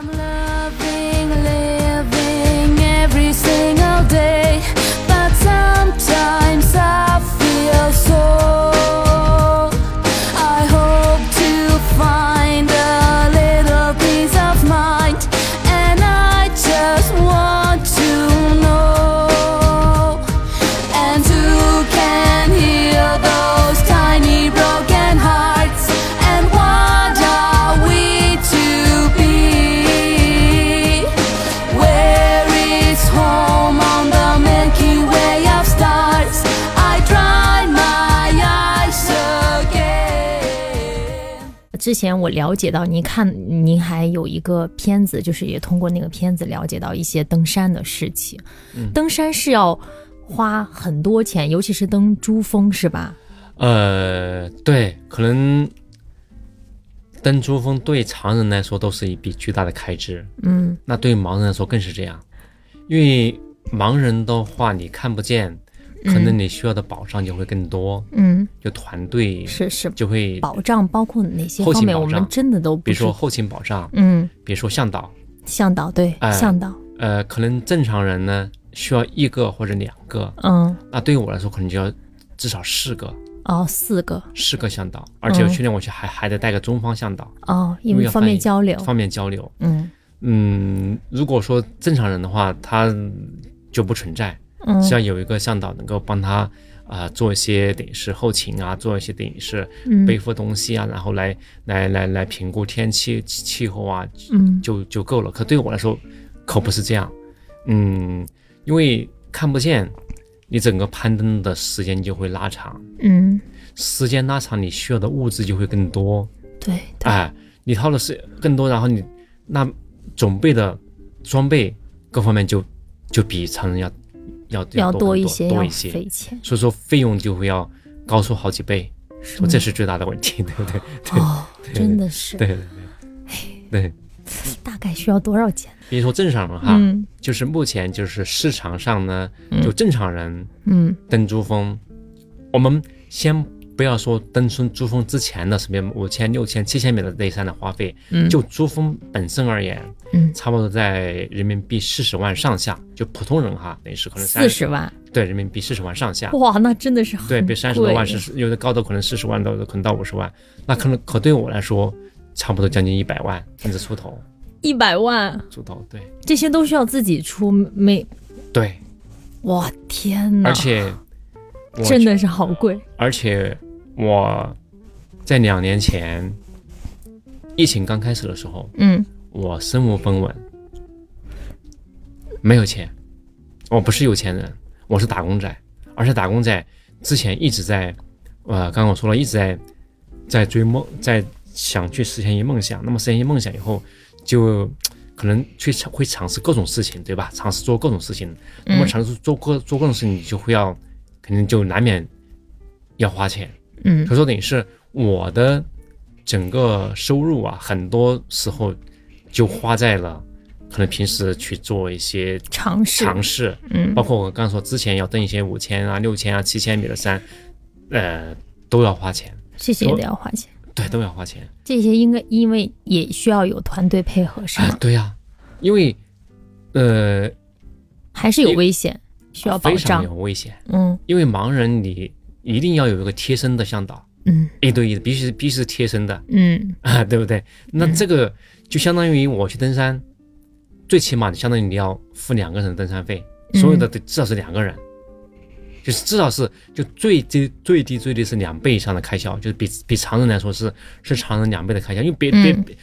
Speaker 4: I'm loving, living every single day, but sometimes I feel so. I hope to find a little peace of mind, and I just want to know. And who can heal those tiny
Speaker 3: 之前我了解到，您看您还有一个片子，就是也通过那个片子了解到一些登山的事情。
Speaker 1: 嗯
Speaker 3: 登山是要花很多钱，尤其是登珠峰，是吧？
Speaker 1: 呃，对，可能登珠峰对常人来说都是一笔巨大的开支，
Speaker 3: 嗯
Speaker 1: 那对盲人来说更是这样，因为盲人的话你看不见，可能你需要的保障就会更多，
Speaker 3: 嗯，
Speaker 1: 就团队
Speaker 3: 是是，
Speaker 1: 就会，
Speaker 3: 保障包括哪
Speaker 1: 嗯
Speaker 3: 些
Speaker 1: 后
Speaker 3: 方
Speaker 1: 勤
Speaker 3: 面，
Speaker 1: 保
Speaker 3: 我们
Speaker 1: 障
Speaker 3: 真的都
Speaker 1: 比
Speaker 3: 不
Speaker 1: 如
Speaker 3: 是
Speaker 1: 说后勤保障，
Speaker 3: 嗯，
Speaker 1: 比如说向导，
Speaker 3: 向导对、
Speaker 1: 哎
Speaker 3: 向导，
Speaker 1: 呃，可能正常人呢需要一个或者两个，
Speaker 3: 嗯
Speaker 1: 那对于我来说可能就要至少四个，
Speaker 3: 哦四个
Speaker 1: 四个向导，而且
Speaker 3: 嗯
Speaker 1: 训练我去还还得带个中方向导，
Speaker 3: 哦，因
Speaker 1: 因为
Speaker 3: 为
Speaker 1: 要
Speaker 3: 方
Speaker 1: 翻
Speaker 3: 便
Speaker 1: 译
Speaker 3: 交流，
Speaker 1: 方便交流。
Speaker 3: 嗯
Speaker 1: 嗯，如果说正常人的话，他就不存在，
Speaker 3: 嗯
Speaker 1: 只要有一个向导能够帮他啊、做一些等于是后勤啊，做一些等于是背
Speaker 3: 嗯
Speaker 1: 负东西啊，然后来来来来评估天气气气候啊，
Speaker 3: 嗯
Speaker 1: 就就够了。可对我来说，可不是这样。嗯，因为看不见，你整个攀登的时间就会拉长，
Speaker 3: 嗯，
Speaker 1: 时间拉长，你需要的物资就会更多。
Speaker 3: 对对，
Speaker 1: 哎，你掏的是更多，然后你那准备的装备各方面就就比常人要要
Speaker 3: 要
Speaker 1: 多很
Speaker 3: 一些，
Speaker 1: 多
Speaker 3: 要
Speaker 1: 一些，
Speaker 3: 费钱
Speaker 1: 所以说费用就会要高出好几倍，
Speaker 3: 是
Speaker 1: 说
Speaker 3: 吗
Speaker 1: 这是最大的问题，对不对？
Speaker 3: 哦，真的是
Speaker 1: 对对对对，
Speaker 3: 大概需要多少钱？
Speaker 1: 比如说正常人哈，
Speaker 3: 嗯
Speaker 1: 就是目前就是市场上呢，就正常人
Speaker 3: 嗯
Speaker 1: 登珠峰，我们先不要说登出珠峰之前的什么五千、六千、七千米的内山的花费，
Speaker 3: 嗯
Speaker 1: 就珠峰本身而言，
Speaker 3: 嗯
Speaker 1: 差不多在人民币四十万上下，就普通人哈，等于是可能
Speaker 3: 四
Speaker 1: 三
Speaker 3: 十万，
Speaker 1: 对人民币四十万上下，
Speaker 3: 哇，那真的是很
Speaker 1: 对，比三十多万
Speaker 3: 贵
Speaker 1: 是有的高的可能四十万到可能到五十万，那可能可对我来说，差不多将近一百万，甚至出头，
Speaker 3: 一百万，
Speaker 1: 出头，对
Speaker 3: 这些都需要自己出，没
Speaker 1: 对，
Speaker 3: 哇天哪
Speaker 1: 而，且我
Speaker 3: 真的是好贵，
Speaker 1: 而且我在两年前疫情刚开始的时候，
Speaker 3: 嗯
Speaker 1: 我身无分文，没有钱，我不是有钱人，我是打工仔，而且打工仔之前一直在，呃，刚刚我说了，一直在在追梦，在想去实现一梦想。那么实现一梦想以后，就可能去尝会尝试各种事情，对吧？尝试做各种事情，那么尝试做各做各种事情，你就会要，肯定就难免要花钱。
Speaker 3: 嗯
Speaker 1: 所以说等于是我的整个收入啊，很多时候就花在了可能平时去做一些
Speaker 3: 尝试
Speaker 1: 尝试，
Speaker 3: 嗯
Speaker 1: 包括我刚才说之前要登一些五千啊、六千啊、七千米的山，呃，都要花钱，
Speaker 3: 这些也得要花钱，
Speaker 1: 对，都要花钱。
Speaker 3: 这些应该因为也需要有团队配合是
Speaker 1: 哎
Speaker 3: 吗，？
Speaker 1: 对呀、因为呃，
Speaker 3: 还是有危险，需要保
Speaker 1: 非常
Speaker 3: 障
Speaker 1: 有，危险，
Speaker 3: 嗯
Speaker 1: 因为盲人你一定要有一个贴身的向导，
Speaker 3: 嗯
Speaker 1: 一对一的，必须必须是贴身的，
Speaker 3: 嗯
Speaker 1: 啊，对不对？那这个就相当于我去登山，最起码你相当于你要付两个人的登山费，所有的得至少是两个人，就是至少是就最低最低最低是两倍以上的开销，就是比比常人来说是是常人两倍的开销，因为别别。
Speaker 3: 嗯
Speaker 1: 别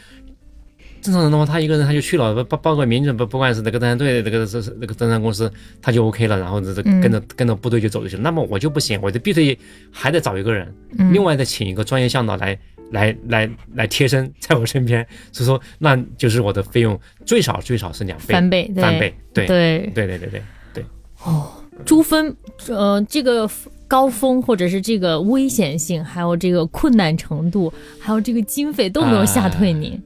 Speaker 1: 正常人的话，他一个人他就去了，报报个名字，不不管是那个登山队、那个是是那个登山公司，他就 OK 了，然后这这跟着、跟着部队就走就行了。那么我就不行，我就必须还得找一个人，
Speaker 3: 嗯
Speaker 1: 另外再请一个专业向导来来来来贴身在我身边，所以说那就是我的费用最少最少是两倍
Speaker 3: 翻倍对
Speaker 1: 翻倍，对
Speaker 3: 对
Speaker 1: 对对对对哦
Speaker 3: 珠峰，呃，这个高峰或者是这个危险性，还有这个困难程度，还有这个经费都没有吓退您，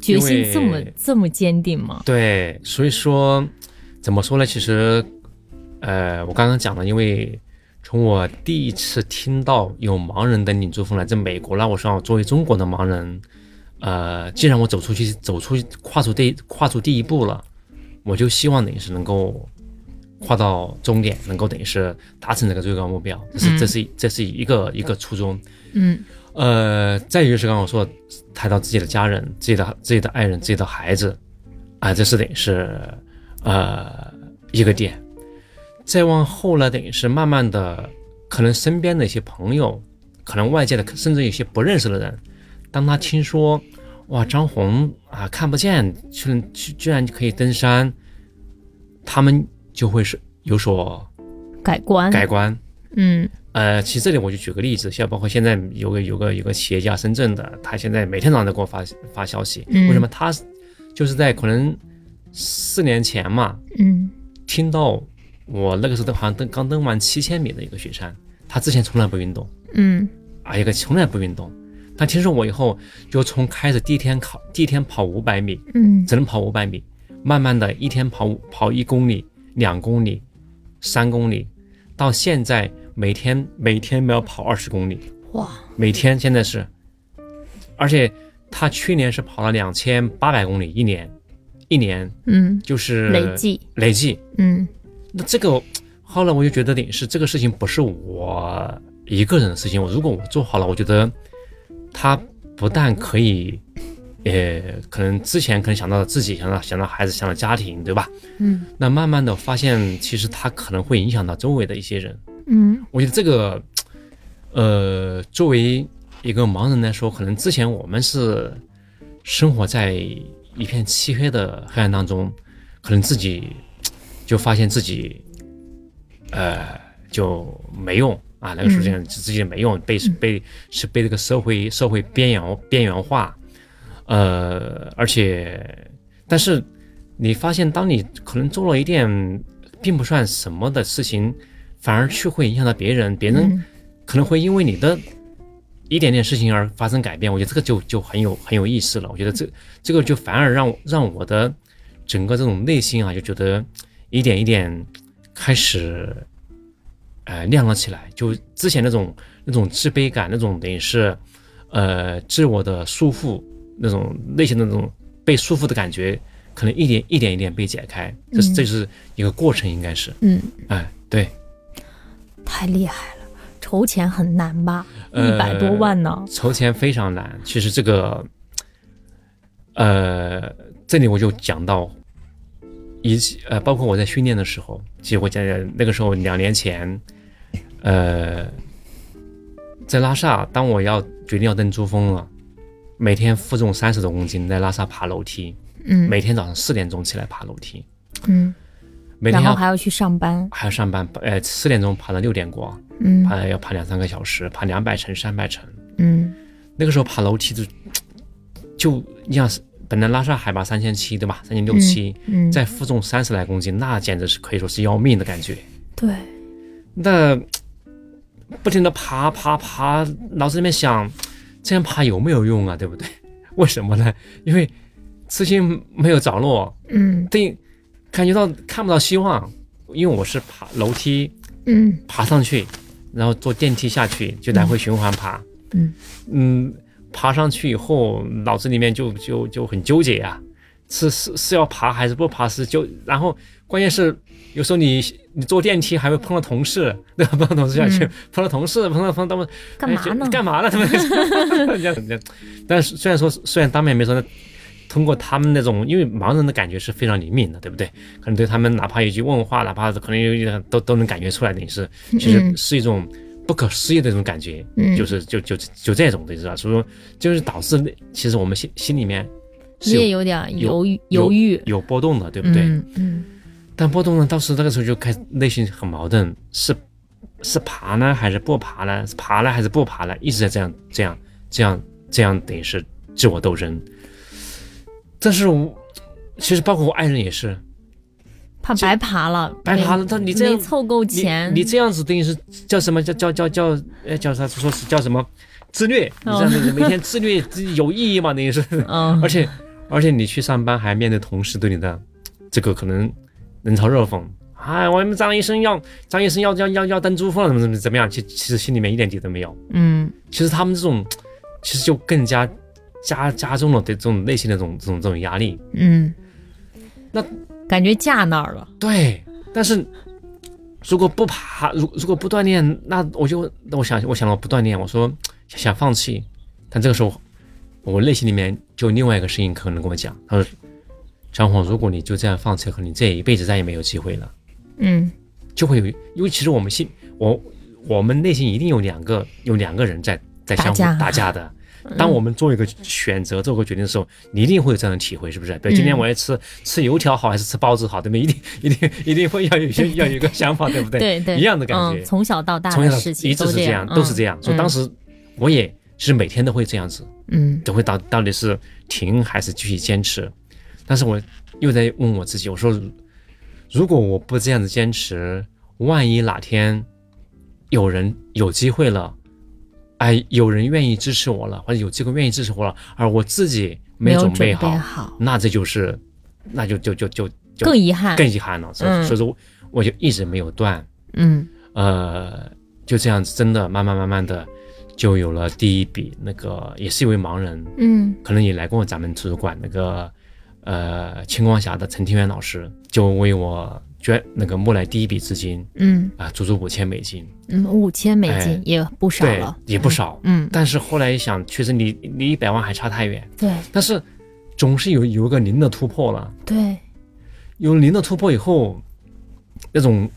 Speaker 3: 决心这么
Speaker 1: 哎因为
Speaker 3: 这么坚定吗？
Speaker 1: 对，所以说怎么说呢？其实，呃，我刚刚讲了，因为从我第一次听到有盲人登顶珠峰来自美国，那我说我作为中国的盲人，呃，既然我走出去，走出跨出第跨出第一步了，我就希望等于是能够。跨到终点，能够等于是达成这个最高目标，这是这是这是一个一个初衷。
Speaker 3: 嗯
Speaker 1: 呃，再一个就是刚刚我说的，谈到自己的家人、自己的自己的爱人、自己的孩子，啊，这是等于是呃一个点。再往后呢，等于是慢慢的，可能身边的一些朋友，可能外界的，甚至有些不认识的人，当他听说哇张红啊看不见，居然居然可以登山，他们就会是有所
Speaker 3: 改观，
Speaker 1: 改观。
Speaker 3: 嗯
Speaker 1: 呃，其实这里我就举个例子，像包括现在有个有个有个企业家，深圳的，他现在每天早上都给我发发消息，
Speaker 3: 嗯
Speaker 1: 为什么？他就是在可能四年前嘛，
Speaker 3: 嗯
Speaker 1: 听到我那个时候好像登刚登完七千米的一个雪山，他之前从来不运动，
Speaker 3: 嗯
Speaker 1: 啊，一个从来不运动，他听说我以后就从开始第一天考第一天跑五百米，
Speaker 3: 嗯
Speaker 1: 只能跑五百米，慢慢的一天跑五跑一公里、两公里、三公里，到现在每天每天要跑二十公里，
Speaker 3: 哇，
Speaker 1: 每天现在是，而且他去年是跑了两千八百公里，一年，一年
Speaker 3: 嗯，
Speaker 1: 就是
Speaker 3: 累计，
Speaker 1: 累计。
Speaker 3: 嗯
Speaker 1: 那这个后来我就觉得点是这个事情不是我一个人的事情，我如果我做好了，我觉得他不但可以，呃，可能之前可能想到自己，想到想到孩子，想到家庭，对吧？
Speaker 3: 嗯
Speaker 1: 那慢慢的发现，其实他可能会影响到周围的一些人。
Speaker 3: 嗯
Speaker 1: 我觉得这个，呃，作为一个盲人来说，可能之前我们是生活在一片漆黑的黑暗当中，可能自己就发现自己，呃，就没用啊。那个时候这样，自己没用，被被是被这个社会社会边缘边缘化，呃，而且，但是你发现，当你可能做了一件并不算什么的事情，反而去会影响到别人，别人可能会因为你的一点点事情而发生改变。我觉得这个就就很有很有意思了。我觉得这这个就反而让我让我的整个这种内心啊，就觉得一点一点开始呃亮了起来。就之前那种那种自卑感，那种等于是呃自我的束缚，那种内心的那种被束缚的感觉，可能一点一点一点被解开。这是这是一个过程，应该是
Speaker 3: 嗯，
Speaker 1: 哎对。
Speaker 3: 太厉害了，筹钱很难吧？
Speaker 1: 呃
Speaker 3: 一百多万呢？
Speaker 1: 筹钱非常难。其实这个，呃，这里我就讲到一起呃，包括我在训练的时候，其实我讲那个时候两年前，呃，在拉萨，当我要决定要登珠峰了，每天负重三十多公斤，在拉萨爬楼梯，
Speaker 3: 嗯
Speaker 1: 每天早上四点钟起来爬楼梯，
Speaker 3: 嗯，
Speaker 1: 每天
Speaker 3: 然后
Speaker 1: 要
Speaker 3: 还要去上班，
Speaker 1: 还要上班，呃，四点钟爬到六点过，
Speaker 3: 嗯
Speaker 1: 爬要爬两三个小时，爬两百层、三百层。
Speaker 3: 嗯
Speaker 1: 那个时候爬楼梯就就你想，本来拉萨海拔三千七对吧，三千六七，
Speaker 3: 嗯，
Speaker 1: 再负重三十来公斤，那简直是可以说是要命的感觉。
Speaker 3: 对，
Speaker 1: 那不停的爬爬爬，脑子里面想，这样爬有没有用啊？对不 对？为什么呢？因为事情没有着落，
Speaker 3: 嗯
Speaker 1: 对，感觉到看不到希望。因为我是爬楼梯
Speaker 3: 嗯
Speaker 1: 爬上去，然后坐电梯下去，就来回循环爬。
Speaker 3: 嗯
Speaker 1: 嗯爬上去以后，脑子里面就就就很纠结啊，是是是要爬还是不爬？是就然后关键是有时候你你坐电梯还会碰到同事，对吧？碰到同事下去，碰到同事，碰到碰到他们
Speaker 3: 干嘛
Speaker 1: 哎就
Speaker 3: 呢
Speaker 1: 干嘛呢？ 他们这样这样，但是虽然说虽然当面没说那。通过他们那种，因为盲人的感觉是非常灵敏的，对不对？可能对他们哪怕一句问话，哪怕可能有一点都都能感觉出来的，你是其实
Speaker 3: 嗯
Speaker 1: 是一种不可思议的一种感觉，
Speaker 3: 嗯
Speaker 1: 就是就就就这种的，知道吧？所以说就是导致那其实我们心心里面
Speaker 3: 你
Speaker 1: 是
Speaker 3: 也
Speaker 1: 有
Speaker 3: 有点
Speaker 1: 有
Speaker 3: 犹豫犹豫，
Speaker 1: 有波动的，对不对？
Speaker 3: 嗯嗯
Speaker 1: 但波动呢，当时那个时候就开始内心很矛盾，是是爬呢还是不爬呢？是爬了还是不爬呢？一直在这样这样这样这样，等于是自我斗争。但是我其实包括我爱人也是，
Speaker 3: 怕白爬了，
Speaker 1: 白爬
Speaker 3: 没
Speaker 1: 了他你这样
Speaker 3: 没凑够
Speaker 1: 你
Speaker 3: 钱，
Speaker 1: 你这样子等于是叫什么叫叫叫叫呃叫啥说是叫什么自虐？你这样
Speaker 3: 哦
Speaker 1: 子每天自虐这有意义吗？等于是，
Speaker 3: 嗯
Speaker 1: 而且而且你去上班还面对同事对你的这个可能冷嘲热讽。哎，我们张医生要张医生要要要要登珠峰了，怎么怎么怎么样？其其实心里面一点底都没有。
Speaker 3: 嗯
Speaker 1: 其实他们这种，其实就更加加加重了对这种内心的这种这种这种压力。
Speaker 3: 嗯，
Speaker 1: 那
Speaker 3: 感觉架那儿了，
Speaker 1: 对，但是如果不爬，如如果不锻炼，那我就那我想我想到不锻炼，我说想想放弃，但这个时候我内心里面就另外一个声音可能跟我讲，他说：“张红，如果你就这样放弃，可能你这一辈子再也没有机会了。”
Speaker 3: 嗯
Speaker 1: 就会有，因为其实我们心我我们内心一定有两个有两个人在在相互
Speaker 3: 打架 嗯
Speaker 1: 打架的，当我们做一个选择、做个决定的时候，你一定会有这样的体会，是不是？比如
Speaker 3: 嗯
Speaker 1: 今天我要吃吃油条好还是吃包子好，对不对？ 一定一定一定会要有 要要有一个想法，对不对？
Speaker 3: 对对，
Speaker 1: 一样的感觉。
Speaker 3: 嗯，从小到大
Speaker 1: 从
Speaker 3: 的
Speaker 1: 小
Speaker 3: 事情
Speaker 1: 一直
Speaker 3: 都
Speaker 1: 是这
Speaker 3: 样嗯
Speaker 1: 样，，都是这样。所以当
Speaker 3: 时
Speaker 1: 时我也是每天都会这样子，
Speaker 3: 嗯
Speaker 1: 都会到到底是停还是继续坚持。但是我又在问我自己，我说如果我不这样子坚持，万一哪天有人有机会了，哎，有人愿意支持我了，或者有机会愿意支持我了，而我自己没
Speaker 3: 有
Speaker 1: 准
Speaker 3: 备
Speaker 1: 备好，
Speaker 3: 好，
Speaker 1: 那这就是，那就就就就就
Speaker 3: 更遗憾，
Speaker 1: 更遗憾了。所以、
Speaker 3: 嗯
Speaker 1: 所以说，我就一直没有断。
Speaker 3: 嗯
Speaker 1: 呃，就这样子，真的慢慢慢慢的就有了第一笔那个，也是一位盲人，
Speaker 3: 嗯
Speaker 1: 可能也来过咱们图书馆那个呃青光峡的陈庭元老师，就为我捐那个募来第一笔资金
Speaker 3: 嗯
Speaker 1: 啊、足足五千美金，
Speaker 3: 嗯，五千美金
Speaker 1: 哎
Speaker 3: 也不少
Speaker 1: 对
Speaker 3: 了，，
Speaker 1: 也不少。
Speaker 3: 嗯，
Speaker 1: 但是后来一想，确实离离一百万还差太远，
Speaker 3: 对
Speaker 1: 但是总是有有一个零的突破了。
Speaker 3: 对，
Speaker 1: 有零的突破以后，那种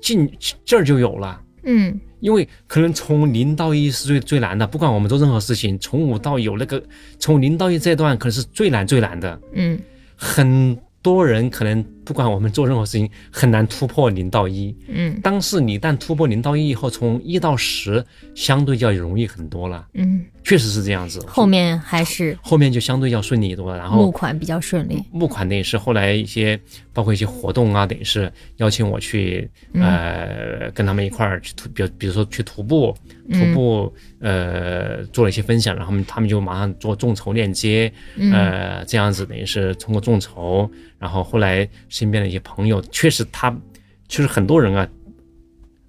Speaker 1: 劲劲儿就有了。
Speaker 3: 嗯
Speaker 1: 因为可能从零到一是最最难的，不管我们做任何事情，从无到有那个从零到一这段可能是最难最难的。
Speaker 3: 嗯
Speaker 1: 很多人可能不管我们做任何事情，很难突破零到一。
Speaker 3: 嗯
Speaker 1: 但是你一旦突破零到一以后，从一到十相对要容易很多了，
Speaker 3: 嗯，
Speaker 1: 确实是这样子。
Speaker 3: 后面还是
Speaker 1: 后面就相对要顺利多了，然
Speaker 3: 募
Speaker 1: 后
Speaker 3: 款比较顺利，
Speaker 1: 募款等于是后来一些包括一些活动啊，等于是邀请我去呃跟他们一块儿去徒，比如比如说去徒步，徒步呃做了一些分享，然后他们他们就马上做众筹链接，呃这样子等于是通过众筹，然后后来身边的一些朋友，确实他确实很多人啊，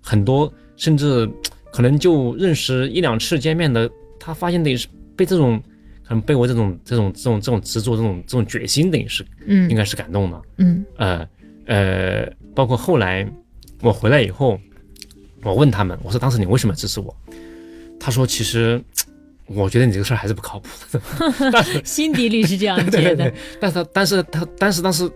Speaker 1: 很多甚至可能就认识一两次见面的，他发现等于是被这种。可能被我这种这种这种这种执着、这种这种决心，等于是应
Speaker 3: 嗯
Speaker 1: 该是感动的。
Speaker 3: 嗯
Speaker 1: 呃呃，包括后来我回来以后，我问他们，我说当时你为什么支持我？他说其实我觉得你这个事儿还是不靠谱。
Speaker 3: 心底里是这样
Speaker 1: 对对
Speaker 3: 觉得
Speaker 1: 对，，但是他但是他但是当时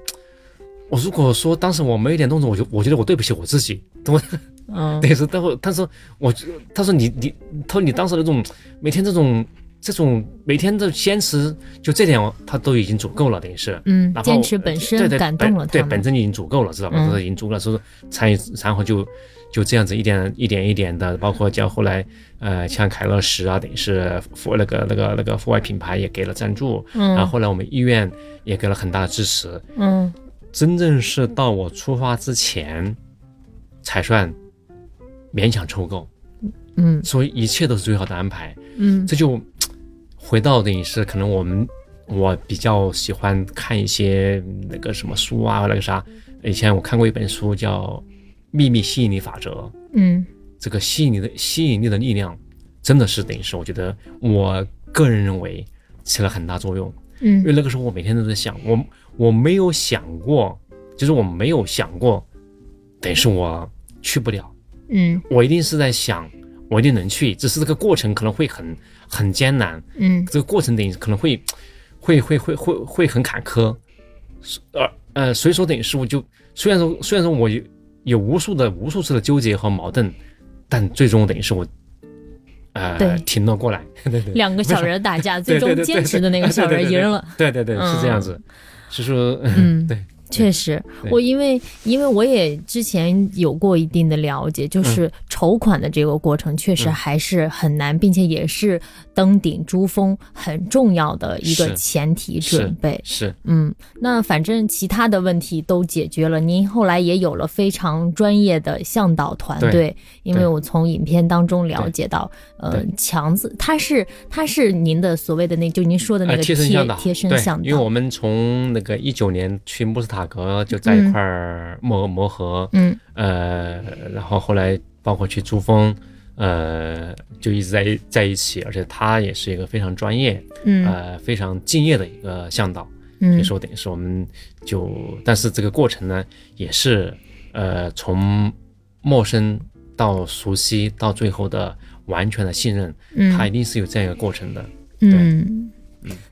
Speaker 1: 我如果说当时我没有一点动作，我就我觉得我对不起我自己。我
Speaker 3: 嗯
Speaker 1: 那是，但会他说我，他说你你，他说你当时那种每天这种这种每天的坚持，就这点我他都已经足够了，等于是。
Speaker 3: 嗯
Speaker 1: 哪，怕我
Speaker 3: 坚持本
Speaker 1: 对
Speaker 3: 身
Speaker 1: 对
Speaker 3: 感
Speaker 1: 本
Speaker 3: 动了
Speaker 1: 对
Speaker 3: 他
Speaker 1: 本
Speaker 3: 们，
Speaker 1: 身已经足够了，知道吧？
Speaker 3: 嗯
Speaker 1: 这、已经足够了，所以说参与，然后就就这样子一点一点一点的，包括叫后来呃，像凯乐石啊，等于是户那个那个那个户外品牌也给了赞助，然后
Speaker 3: 嗯
Speaker 1: 后来我们医院也给了很大的支持，
Speaker 3: 嗯
Speaker 1: 真正是到我出发之前才算勉强凑够，
Speaker 3: 嗯
Speaker 1: 所以一切都是最好的安排。
Speaker 3: 嗯
Speaker 1: 这就回到等于是可能我们我比较喜欢看一些那个什么书啊，那个啥，以前我看过一本书叫《秘密吸引力法则》，
Speaker 3: 嗯
Speaker 1: 这个吸引力的吸引力的力量真的是等于是我觉得我个人认为起了很大作用，因为
Speaker 3: 嗯
Speaker 1: 那个时候我每天都在想，我我没有想过，就是我没有想过，等于是我去不了。
Speaker 3: 嗯
Speaker 1: 我一定是在想，我一定能去，只是这个过程可能会很很艰难，
Speaker 3: 嗯
Speaker 1: 这个过程等于可能会会会会会会很坎坷，所呃呃，所以说等于是我就虽然说虽然说我有有无数的无数次的纠结和矛盾，但最终等于是我呃
Speaker 3: 对
Speaker 1: 挺了过来，对对
Speaker 3: 两个小人打架，最
Speaker 1: 对对
Speaker 3: 终
Speaker 1: 对
Speaker 3: 坚持的那个小人赢了。，
Speaker 1: 对对对对对对对对是这样子，是说
Speaker 3: 嗯
Speaker 1: 对
Speaker 3: 确实，
Speaker 1: 对
Speaker 3: 我因为因为我也之前有过一定的了解，就是筹款的这个过程确实
Speaker 1: 嗯
Speaker 3: 还是很难，并且也是登顶珠峰很重要的一个
Speaker 1: 是
Speaker 3: 前提准备。
Speaker 1: 是
Speaker 3: 嗯，那反正其他的问题都解决了，您后来也有了非常专业的向导团队
Speaker 1: 对，
Speaker 3: 因为我从影片当中了解到，呃
Speaker 1: 对，
Speaker 3: 强子他是他是您的所谓的那就您说的那
Speaker 1: 呃
Speaker 3: 个
Speaker 1: 贴
Speaker 3: 贴
Speaker 1: 身向导，
Speaker 3: 贴身
Speaker 1: 对
Speaker 3: 向
Speaker 1: 因为我
Speaker 3: 导，
Speaker 1: 们从那个一九年去穆斯塔格就在一块儿磨磨合，
Speaker 3: 嗯
Speaker 1: 呃，然后后来包括去珠峰，呃，就一直在在一起，而且他也是一个非常专业，
Speaker 3: 嗯
Speaker 1: 呃，非常敬业的一个向导，所以
Speaker 3: 嗯
Speaker 1: 说等于是我们就，但是这个过程呢，也是呃从陌生到熟悉到最后的完全的信任，
Speaker 3: 嗯，
Speaker 1: 它一定是有这样一个过程的。
Speaker 3: 嗯，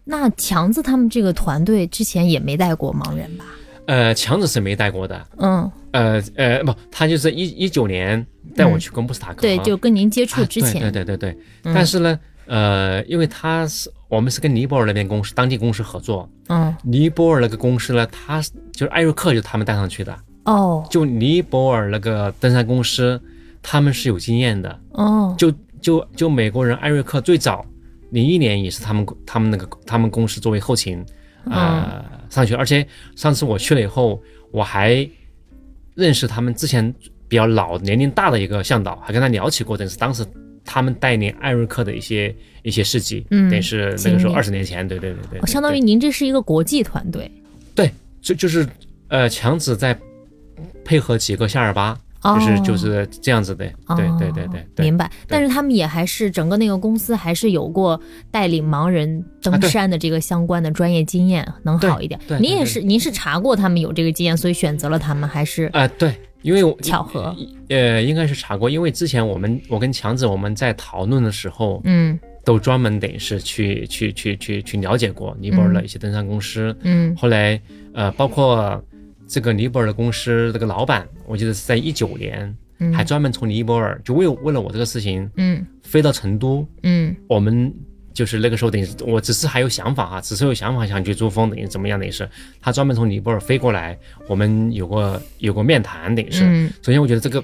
Speaker 3: 那强子他们这个团队之前也没带过盲人吧？
Speaker 1: 呃，强子是没带过的，
Speaker 3: 嗯，
Speaker 1: 呃呃，不，他就是一一九年带我
Speaker 3: 嗯
Speaker 1: 去跟布斯塔克、
Speaker 3: 对，就跟您接触
Speaker 1: 啊
Speaker 3: 之
Speaker 1: 对
Speaker 3: 前，嗯
Speaker 1: 对对对对。但是呢，呃，因为他是我们是跟尼泊尔那边公司当地公司合作，
Speaker 3: 嗯，
Speaker 1: 尼泊尔那个公司呢，他就是艾瑞克就他们带上去的，
Speaker 3: 哦，
Speaker 1: 就尼泊尔那个登山公司，他们是有经验的，
Speaker 3: 哦，
Speaker 1: 就就就美国人艾瑞克最早零一年也是他们他们那个他们公司作为后勤啊、呃
Speaker 3: 嗯
Speaker 1: 上去，而且上次我去了以后，我还认识他们之前比较老年龄大的一个向导，还跟他聊起过，等于是当时他们带领艾瑞克的一些一些事迹，
Speaker 3: 嗯
Speaker 1: 等于是那个时
Speaker 3: 经
Speaker 1: 候
Speaker 3: 历
Speaker 1: 二十年前，对对对对
Speaker 3: 哦相当于您这是一个国际团队
Speaker 1: 对，就就是呃强子在配合几个夏尔巴，
Speaker 3: 哦
Speaker 1: 就是就是这样子的，
Speaker 3: 哦
Speaker 1: 对对对对对
Speaker 3: 明。白。但是他们也还是整个那个公司还是有过带领盲人
Speaker 1: 啊
Speaker 3: 登
Speaker 1: 对
Speaker 3: 山的这个相关的专业经验，能
Speaker 1: 对
Speaker 3: 好一点
Speaker 1: 对。对
Speaker 3: 您也
Speaker 1: 对
Speaker 3: 是，您是查过他们有这个经验，所以选择了他们，还是
Speaker 1: 啊、对，因为我
Speaker 3: 巧合？
Speaker 1: 呃，应该是查过，因为之前我们我跟强子我们在讨论的时候，
Speaker 3: 嗯
Speaker 1: 都专门等于是去去去去去了解过尼泊尔的一些登山公司。
Speaker 3: 嗯
Speaker 1: 后来呃，包括这个尼泊尔的公司这个老板，我记得是在一九年，
Speaker 3: 嗯
Speaker 1: 还专门从尼泊尔就为为了我这个事情
Speaker 3: 嗯
Speaker 1: 飞到成都，
Speaker 3: 嗯
Speaker 1: 我们。就是那个时候，等于是我只是还有想法啊，只是有想法想去珠峰，等于怎么样？等于是他专门从尼泊尔飞过来，我们有过有过面谈，等于是，
Speaker 3: 嗯
Speaker 1: 首先，我觉得这个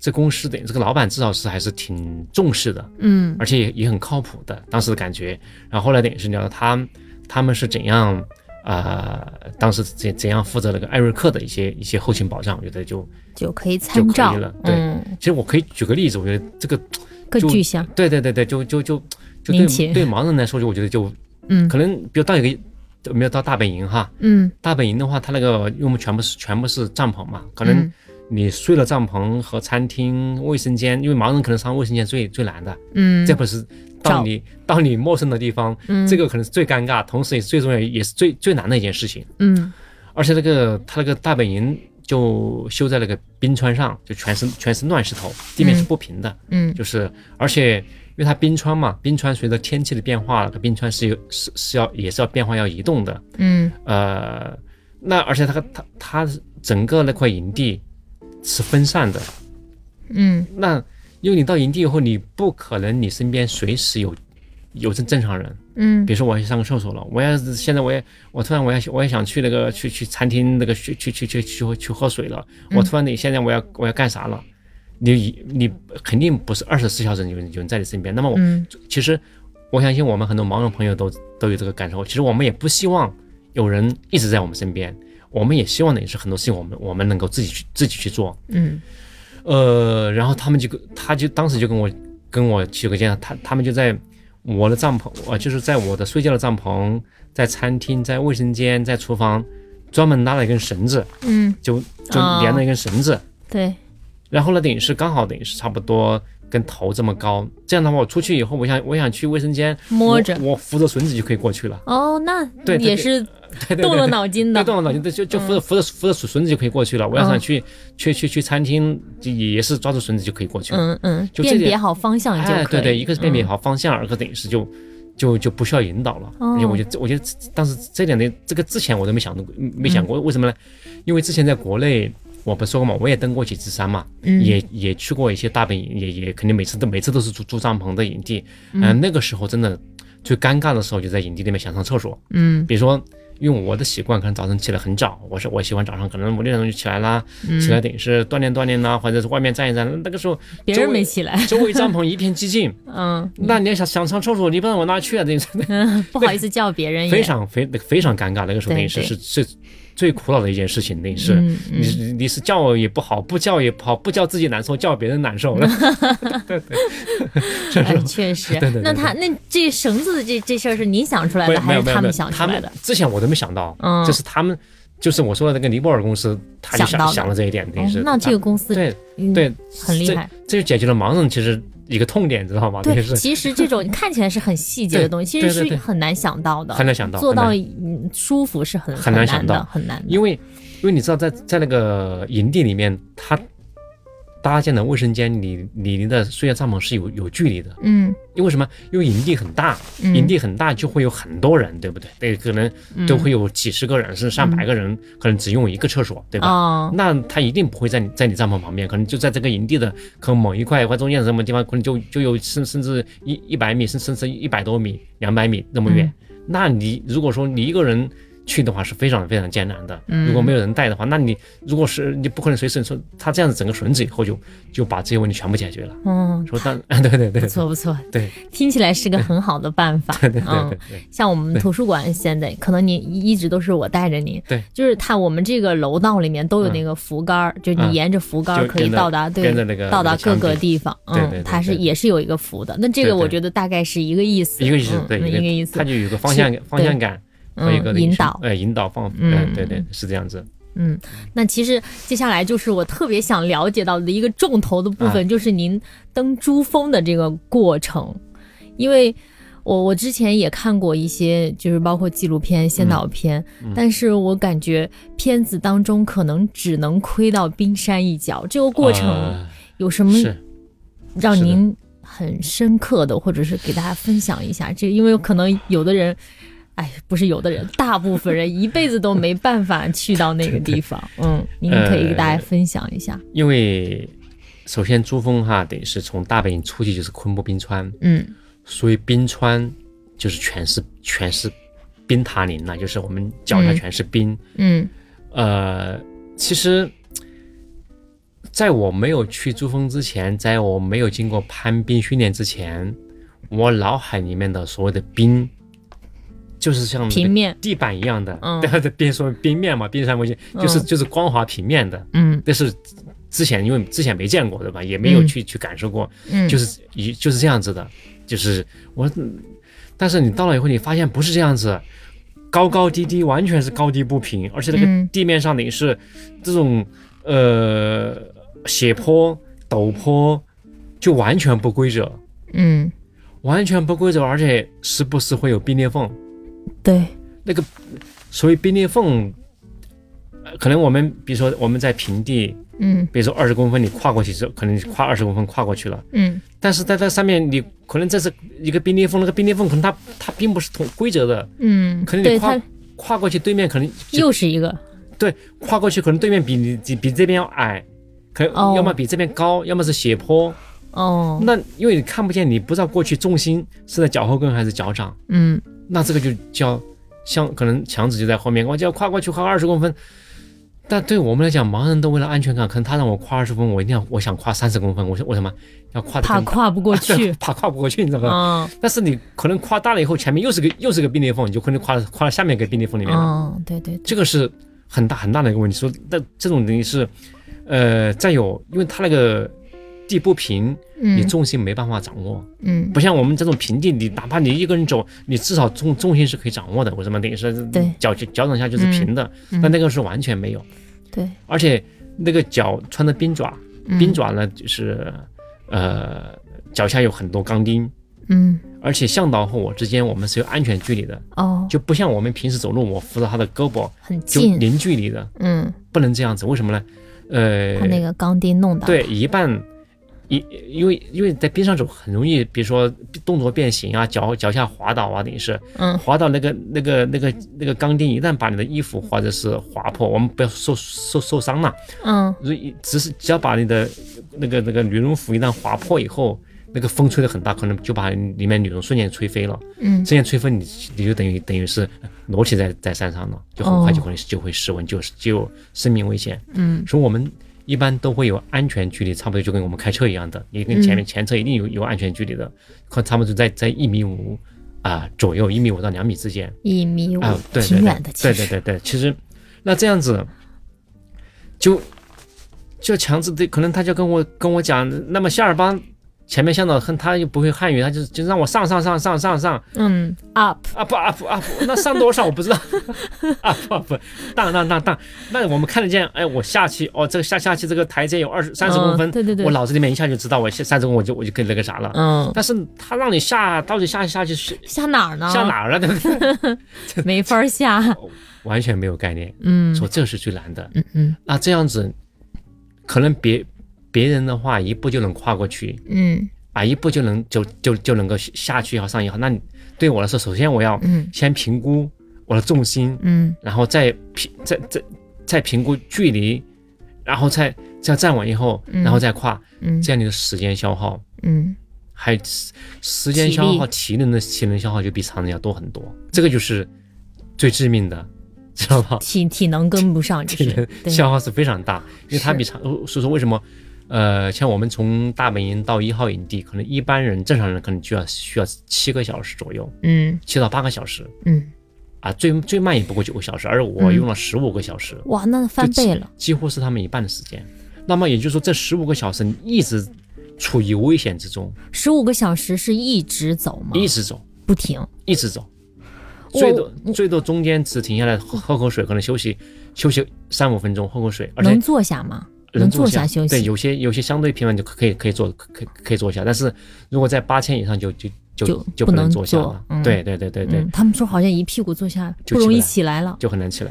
Speaker 1: 这公司的这个老板至少是还是挺重视的，
Speaker 3: 嗯
Speaker 1: 而且也也很靠谱的，当时的感觉。然后后来等于是聊到他他们是怎样啊、呃当时怎怎样负责那个艾瑞克的一些一些后勤保障，我觉得就
Speaker 3: 就可以参照
Speaker 1: 了。对
Speaker 3: 嗯，
Speaker 1: 其实我可以举个例子，我觉得这个
Speaker 3: 更
Speaker 1: 就
Speaker 3: 具象。
Speaker 1: 对对对对，就就就就
Speaker 3: 民企
Speaker 1: 对对盲人来说，就我觉得就
Speaker 3: 嗯
Speaker 1: 可能比如到一个没有到大本营哈，
Speaker 3: 嗯
Speaker 1: 大本营的话，它那个因为我们全部是全部是帐篷嘛，可能
Speaker 3: 嗯
Speaker 1: 你睡了帐篷和餐厅、卫生间，因为盲人可能上卫生间最最难的，
Speaker 3: 嗯
Speaker 1: 这不是
Speaker 3: 找
Speaker 1: 到你到你陌生的地方，
Speaker 3: 嗯
Speaker 1: 这个可能是最尴尬，同时也是最重要，也是最最难的一件事情。
Speaker 3: 嗯
Speaker 1: 而且那个它那个大本营就修在那个冰川上，就全是全是乱石头，地面是不平的，
Speaker 3: 嗯
Speaker 1: 就是而且因为它冰川嘛，冰川随着天气的变化，那个冰川是有是是要也是要变化要移动的，
Speaker 3: 嗯
Speaker 1: 呃，那而且它它它整个那块营地是分散的，
Speaker 3: 嗯
Speaker 1: 那因为你到营地以后，你不可能你身边随时有有正正常人，
Speaker 3: 嗯
Speaker 1: 比如说我要去上个厕所了，我要是现在我也我突然我要我也想去那个去去餐厅那个去去去去去去喝水了，我突然你现在我要我要干啥了？你你肯定不是二十四小时有人有人在你身边。那么我、
Speaker 3: 嗯
Speaker 1: 其实我相信我们很多盲人朋友都都有这个感受。其实我们也不希望有人一直在我们身边，我们也希望的也是很多事情我们我们能够自己去自己去做。
Speaker 3: 嗯
Speaker 1: 呃，然后他们就跟他就当时就跟我跟我起个建议，他他们就在我的帐篷，呃，就是在我的睡觉的帐篷，在餐厅，在卫生间，在厨房，专门拉了一根绳子，
Speaker 3: 嗯，
Speaker 1: 就就
Speaker 3: 哦
Speaker 1: 连了一根绳子，
Speaker 3: 对，
Speaker 1: 然后呢，等于是刚好等于是差不多跟头这么高，这样的话我出去以后，我想我想去卫生间
Speaker 3: 摸
Speaker 1: 我
Speaker 3: 着
Speaker 1: 我扶着绳子就可以过去了，
Speaker 3: 哦，那
Speaker 1: 对对
Speaker 3: 也
Speaker 1: 对
Speaker 3: 是
Speaker 1: 对对
Speaker 3: 动
Speaker 1: 对
Speaker 3: 了脑筋的
Speaker 1: 对，，动了脑筋，就
Speaker 3: 嗯
Speaker 1: 就扶着扶着扶着绳子就可以过去了。我要想去去去去餐厅，就也是抓住绳子就可以过去了。
Speaker 3: 嗯嗯，
Speaker 1: 就这
Speaker 3: 辨
Speaker 1: 点
Speaker 3: 别好方向就可以。嗯
Speaker 1: 哎，对对，一个是辨别好方向，二个等于是就就就不需要引导了。
Speaker 3: 哦
Speaker 1: 因为我觉得这，我觉得这当时这点呢，这个之前我都没想到过，嗯没想
Speaker 3: 嗯
Speaker 1: 过为什么呢？因为之前在国内，我不是说过嘛，我也登过几次山嘛，
Speaker 3: 嗯
Speaker 1: 也也去过一些大本营，也也肯定每次都每次都是住住帐篷的营地。嗯、那个时候真的最尴尬的时候就在营地里面想上厕所，
Speaker 3: 嗯
Speaker 1: 比如说。因为我的习惯可能早晨起来很早，我是我喜欢早上可能五六点钟就起来啦，
Speaker 3: 嗯
Speaker 1: 起来等于是锻炼锻炼啦，或者是外面站一站。那个时候
Speaker 3: 别人
Speaker 1: 周围
Speaker 3: 没起来，
Speaker 1: 周围帐篷一片寂静，
Speaker 3: 嗯，哎
Speaker 1: 那你要想想上厕所，你不知道往哪去啊？这
Speaker 3: 不好意思叫别人也，
Speaker 1: 非常非非常尴尬，那个时候
Speaker 3: 对
Speaker 1: 那是
Speaker 3: 对
Speaker 1: 是是最苦恼的一件事情，那是
Speaker 3: 嗯嗯
Speaker 1: 你是你是叫也不好，不叫也不好，不叫自己难受，叫别人难 受。那
Speaker 3: 哎确实。
Speaker 1: 对对对
Speaker 3: 那他那这绳子的这这事儿是你想出来
Speaker 1: 没
Speaker 3: 的，
Speaker 1: 有没
Speaker 3: 还
Speaker 1: 有
Speaker 3: 是
Speaker 1: 没有，
Speaker 3: 他
Speaker 1: 没有
Speaker 3: 们想出来的？
Speaker 1: 之前我都没想到，
Speaker 3: 嗯
Speaker 1: 这是他们就是我说的那个尼泊尔公司，他就
Speaker 3: 想到
Speaker 1: 想想
Speaker 3: 的
Speaker 1: 了这一点，那
Speaker 3: 哦
Speaker 1: 是
Speaker 3: 那这个公司
Speaker 1: 对
Speaker 3: 嗯
Speaker 1: 对
Speaker 3: 很厉害。
Speaker 1: 这，这就解决了盲人其实一个痛点，知道吗？
Speaker 3: 对
Speaker 1: 就，是
Speaker 3: 其实 这种看起来是很细节的
Speaker 1: 对
Speaker 3: 东西，其
Speaker 1: 对
Speaker 3: 实
Speaker 1: 对
Speaker 3: 是
Speaker 1: 对
Speaker 3: 很难想到的，
Speaker 1: 很难想到
Speaker 3: 做
Speaker 1: 很
Speaker 3: 到
Speaker 1: 难
Speaker 3: 嗯舒服是很
Speaker 1: 很难想
Speaker 3: 的，
Speaker 1: 到
Speaker 3: 很难的。
Speaker 1: 因为因为你知道在在那个营地里面，他搭建的卫生间离你离的睡觉帐篷是有有距离的，
Speaker 3: 嗯
Speaker 1: 因为什么？因为营地很大，
Speaker 3: 嗯
Speaker 1: 营地很大就会有很多人，对不对？对，可能都会有几十个人，甚至上百个人，可能只用一个厕所，对吧？
Speaker 3: 哦
Speaker 1: 那他一定不会在你在你帐篷旁边，可能就在这个营地的可能某一块或中间什么地方，可能就就有甚甚至一一百米，甚甚至一百多米、两百米那么远。
Speaker 3: 嗯
Speaker 1: 那你如果说你一个人去的话，是非常非常艰难的。
Speaker 3: 嗯
Speaker 1: 如果没有人带的话，那你如果是你不可能随身说他这样子整个绳子以后就就把这些问题全部解决 了。
Speaker 3: 嗯，
Speaker 1: 说但 对对对
Speaker 3: 不错不错，
Speaker 1: 对
Speaker 3: 听起来是个很好的办法。
Speaker 1: 对对
Speaker 3: 嗯
Speaker 1: 对，对，
Speaker 3: 像我们图书馆现在，可能你一直都是我带着你，
Speaker 1: 对，
Speaker 3: 就是它我们这个楼道里面都有那个扶杆儿，就你
Speaker 1: 嗯
Speaker 3: 沿着扶杆儿
Speaker 1: 就
Speaker 3: 可以
Speaker 1: 跟着
Speaker 3: 到达，对
Speaker 1: 跟着那，个
Speaker 3: 到达各
Speaker 1: 那
Speaker 3: 个
Speaker 1: 个墙壁
Speaker 3: 地方，
Speaker 1: 对对
Speaker 3: 嗯
Speaker 1: 对，
Speaker 3: 它是
Speaker 1: 对
Speaker 3: 也是有一个扶的。那这
Speaker 1: 对
Speaker 3: 个
Speaker 1: 对
Speaker 3: 我觉得大概是一个意思，
Speaker 1: 一个意思
Speaker 3: 嗯，
Speaker 1: 对
Speaker 3: 一个意思
Speaker 1: 它，就有一个方向
Speaker 3: 是
Speaker 1: 方向感和一个
Speaker 3: 嗯，引导。
Speaker 1: 呃引导方，
Speaker 3: 嗯
Speaker 1: 呃对对是这样子，
Speaker 3: 嗯，那其实接下来就是我特别想了解到的一个重头的部分，就是您登珠峰的这个过程，因为我我之前也看过一些，就是包括纪录片、先导片，但是我感觉片子当中可能只能窥到冰山一角，这个过程
Speaker 1: 呃
Speaker 3: 有什么
Speaker 1: 是。
Speaker 3: 让
Speaker 1: 是的
Speaker 3: 您很深刻的，或者是给大家分享一下？这因为可能有的人。哎，不是有的人，大部分人一辈子都没办法去到那个地方。嗯，您可以给大
Speaker 1: 呃
Speaker 3: 家分享一下。
Speaker 1: 因为首先珠峰哈，得是从大本营出去就是昆布冰川，
Speaker 3: 嗯
Speaker 1: 所以冰川就是全是全是冰塔林了，就是我们脚下
Speaker 3: 嗯
Speaker 1: 全是冰。
Speaker 3: 嗯
Speaker 1: 呃，其实，在我没有去珠峰之前，在我没有经过攀冰训练之前，我脑海里面的所谓的冰，就是像那个
Speaker 3: 平面
Speaker 1: 地板一样的，
Speaker 3: 嗯
Speaker 1: 对对，冰说冰面嘛，冰山模型就是、
Speaker 3: 嗯
Speaker 1: 就是光滑平面的，
Speaker 3: 嗯
Speaker 1: 但是之前因为之前没见过，对吧？也没有
Speaker 3: 嗯
Speaker 1: 去、去感受过，
Speaker 3: 嗯，
Speaker 1: 就是一就是这样子的，就是我，嗯但是你到了以后，你发现不是这样子，高高低低完全是高低不平，而且那
Speaker 3: 嗯
Speaker 1: 个地面上等于是这种呃斜坡、陡坡，就完全不规则，
Speaker 3: 嗯，
Speaker 1: 完全不规则，而且时不时会有冰裂缝。
Speaker 3: 对，
Speaker 1: 那个所谓冰裂缝，呃可能我们比如说我们在平地。
Speaker 3: 嗯
Speaker 1: 比如说二十公分，你跨过去之后，可能你跨二十公分跨过去了，
Speaker 3: 嗯
Speaker 1: 但是在这上面你可能这是一个冰裂缝，那个冰裂缝可能它它并不是同规则的，
Speaker 3: 嗯，
Speaker 1: 可能
Speaker 3: 对
Speaker 1: 你跨
Speaker 3: 它
Speaker 1: 跨过去对面可能就
Speaker 3: 又是一个，
Speaker 1: 对跨过去可能对面比你比比这边要矮，可
Speaker 3: 哦
Speaker 1: 能要么比这边高，要么是斜坡，
Speaker 3: 哦，
Speaker 1: 那因为你看不见，你不知道过去重心是在脚后跟还是脚掌，
Speaker 3: 嗯
Speaker 1: 那这个就叫像可能强子就在后面，我就要跨过去跨二十公分。但对我们来讲，盲人都为了安全感，可能他让我跨二十公分，我一定要我想跨三十公分，我我什么要跨得
Speaker 3: 怕
Speaker 1: 更大
Speaker 3: 跨 不过去。
Speaker 1: 怕跨不过去，你知道吧？
Speaker 3: 嗯
Speaker 1: 但是你可能跨大了以后，前面又是个又是个冰裂缝，你就可能跨跨到下面一个冰裂缝里面了。
Speaker 3: 嗯，对对，
Speaker 1: 这个是很大很大的一个问题。说那这种等于是，呃，再有，因为它那个地不平，你
Speaker 3: 嗯
Speaker 1: 重心没办法掌握，
Speaker 3: 嗯
Speaker 1: 不像我们这种平地，你哪怕你一个人走，你至少重重心是可以掌握的。为什么？等于是
Speaker 3: 对
Speaker 1: 脚脚掌下就是平的，
Speaker 3: 嗯
Speaker 1: 但那个是完全没有，
Speaker 3: 对，
Speaker 1: 而且那个脚穿的冰爪，
Speaker 3: 嗯
Speaker 1: 冰爪呢就是呃脚下有很多钢钉。
Speaker 3: 嗯
Speaker 1: 而且向导和我之间，我们是有安全距离的，
Speaker 3: 哦，
Speaker 1: 就不像我们平时走路，我扶着他的胳膊
Speaker 3: 很
Speaker 1: 就
Speaker 3: 近，
Speaker 1: 零距离的，
Speaker 3: 嗯，
Speaker 1: 不能这样子。为什么呢？呃
Speaker 3: 怕，那个钢钉弄到，
Speaker 1: 对，一半一因为因为在冰上走很容易，比如说动作变形啊，脚脚下滑倒啊，等于是
Speaker 3: 嗯
Speaker 1: 滑到那个那个那个那个钢钉，一旦把你的衣服或者是划破，我们不要受受受伤了，
Speaker 3: 嗯
Speaker 1: 所以只是只要把你的那个那个羽绒服一旦划破以后。那个风吹得很大，可能就把里面羽绒瞬间吹飞了。
Speaker 3: 嗯
Speaker 1: 这样吹风你你就等于等于是呃裸体在在山上了，就很快
Speaker 3: 哦
Speaker 1: 就会、就会失温，就是就有生命危险。
Speaker 3: 嗯
Speaker 1: 所以我们一般都会有安全距离，差不多就跟我们开车一样的，你跟前
Speaker 3: 嗯
Speaker 1: 面前车一定有有安全距离的，可差不多在在一米五啊、左右，一米五到两米之间。
Speaker 3: 一米五
Speaker 1: 啊、，对对
Speaker 3: 挺远的，
Speaker 1: 对，
Speaker 3: 其
Speaker 1: 对对
Speaker 3: 实，
Speaker 1: 对对，其实那这样子就就强制的，可能他就跟我跟我讲，那么夏尔邦前面向导恨他又不会汉语，他就就让我上上上上上上。啊
Speaker 3: 嗯，up，
Speaker 1: up up up，那上多少我不知道 啊，up up，荡荡荡荡，那我们看得见，哎，我下去哦，这个下下去这个台阶有二十三十
Speaker 3: 嗯
Speaker 1: 公分，
Speaker 3: 对对对
Speaker 1: 我脑子里面一下就知道我下三十公分我就我就跟那个啥了，
Speaker 3: 嗯，
Speaker 1: 但是他让你下到底下下去是
Speaker 3: 下哪儿呢？
Speaker 1: 下哪儿了，对不对？
Speaker 3: 没 法下，
Speaker 1: 完全没有概念，
Speaker 3: 嗯
Speaker 1: 说这是最难的，
Speaker 3: 嗯嗯
Speaker 1: 那这样子可能别。别人的话一步就能跨过去
Speaker 3: 嗯
Speaker 1: 啊，一步就能就就就能够下去也好上也好，那你对我来说，首先我要
Speaker 3: 嗯
Speaker 1: 先评估我的重心，
Speaker 3: 嗯
Speaker 1: 然后再评再再再评估距离，然后再再站稳以后，
Speaker 3: 嗯
Speaker 1: 然后再跨，
Speaker 3: 嗯
Speaker 1: 这样你的时间消耗
Speaker 3: 嗯
Speaker 1: 还有时时间消耗、体能的体能消耗就比常人要多很多，这个就是最致命的，知道吧？
Speaker 3: 体体能跟不上，就
Speaker 1: 这
Speaker 3: 是
Speaker 1: 个
Speaker 3: 对
Speaker 1: 消耗是非常大，因为它
Speaker 3: 是
Speaker 1: 比常，呃所以说为什么，呃，像我们从大本营到一号营地，可能一般人正常人可能就要需要七个小时左右，
Speaker 3: 嗯
Speaker 1: 七到八个小时
Speaker 3: 嗯，
Speaker 1: 啊，最最慢也不过九个小时，而我
Speaker 3: 嗯
Speaker 1: 用了十五个小时，
Speaker 3: 哇，那翻倍了，
Speaker 1: 几乎是他们一半的时间。那么也就是说，这十五个小时你一直处于危险之中，
Speaker 3: 十五个小时是一直走吗？
Speaker 1: 一直走，
Speaker 3: 不停，
Speaker 1: 一直走，
Speaker 3: 我
Speaker 1: 最多最多中间只停下来喝喝口水，可能休息休息三五分钟，喝口水，而且
Speaker 3: 能坐下吗？能坐下休息
Speaker 1: 对，有些有些相对频繁就可以可以坐可以可以坐下，但是如果在八千以上就就
Speaker 3: 就
Speaker 1: 就就
Speaker 3: 不能
Speaker 1: 能坐下
Speaker 3: 坐
Speaker 1: 了。
Speaker 3: 嗯
Speaker 1: 对对对对对，
Speaker 3: 嗯，他们说好像一屁股坐下
Speaker 1: 就
Speaker 3: 不容易
Speaker 1: 起嗯
Speaker 3: 起来了。
Speaker 1: 就很难起来。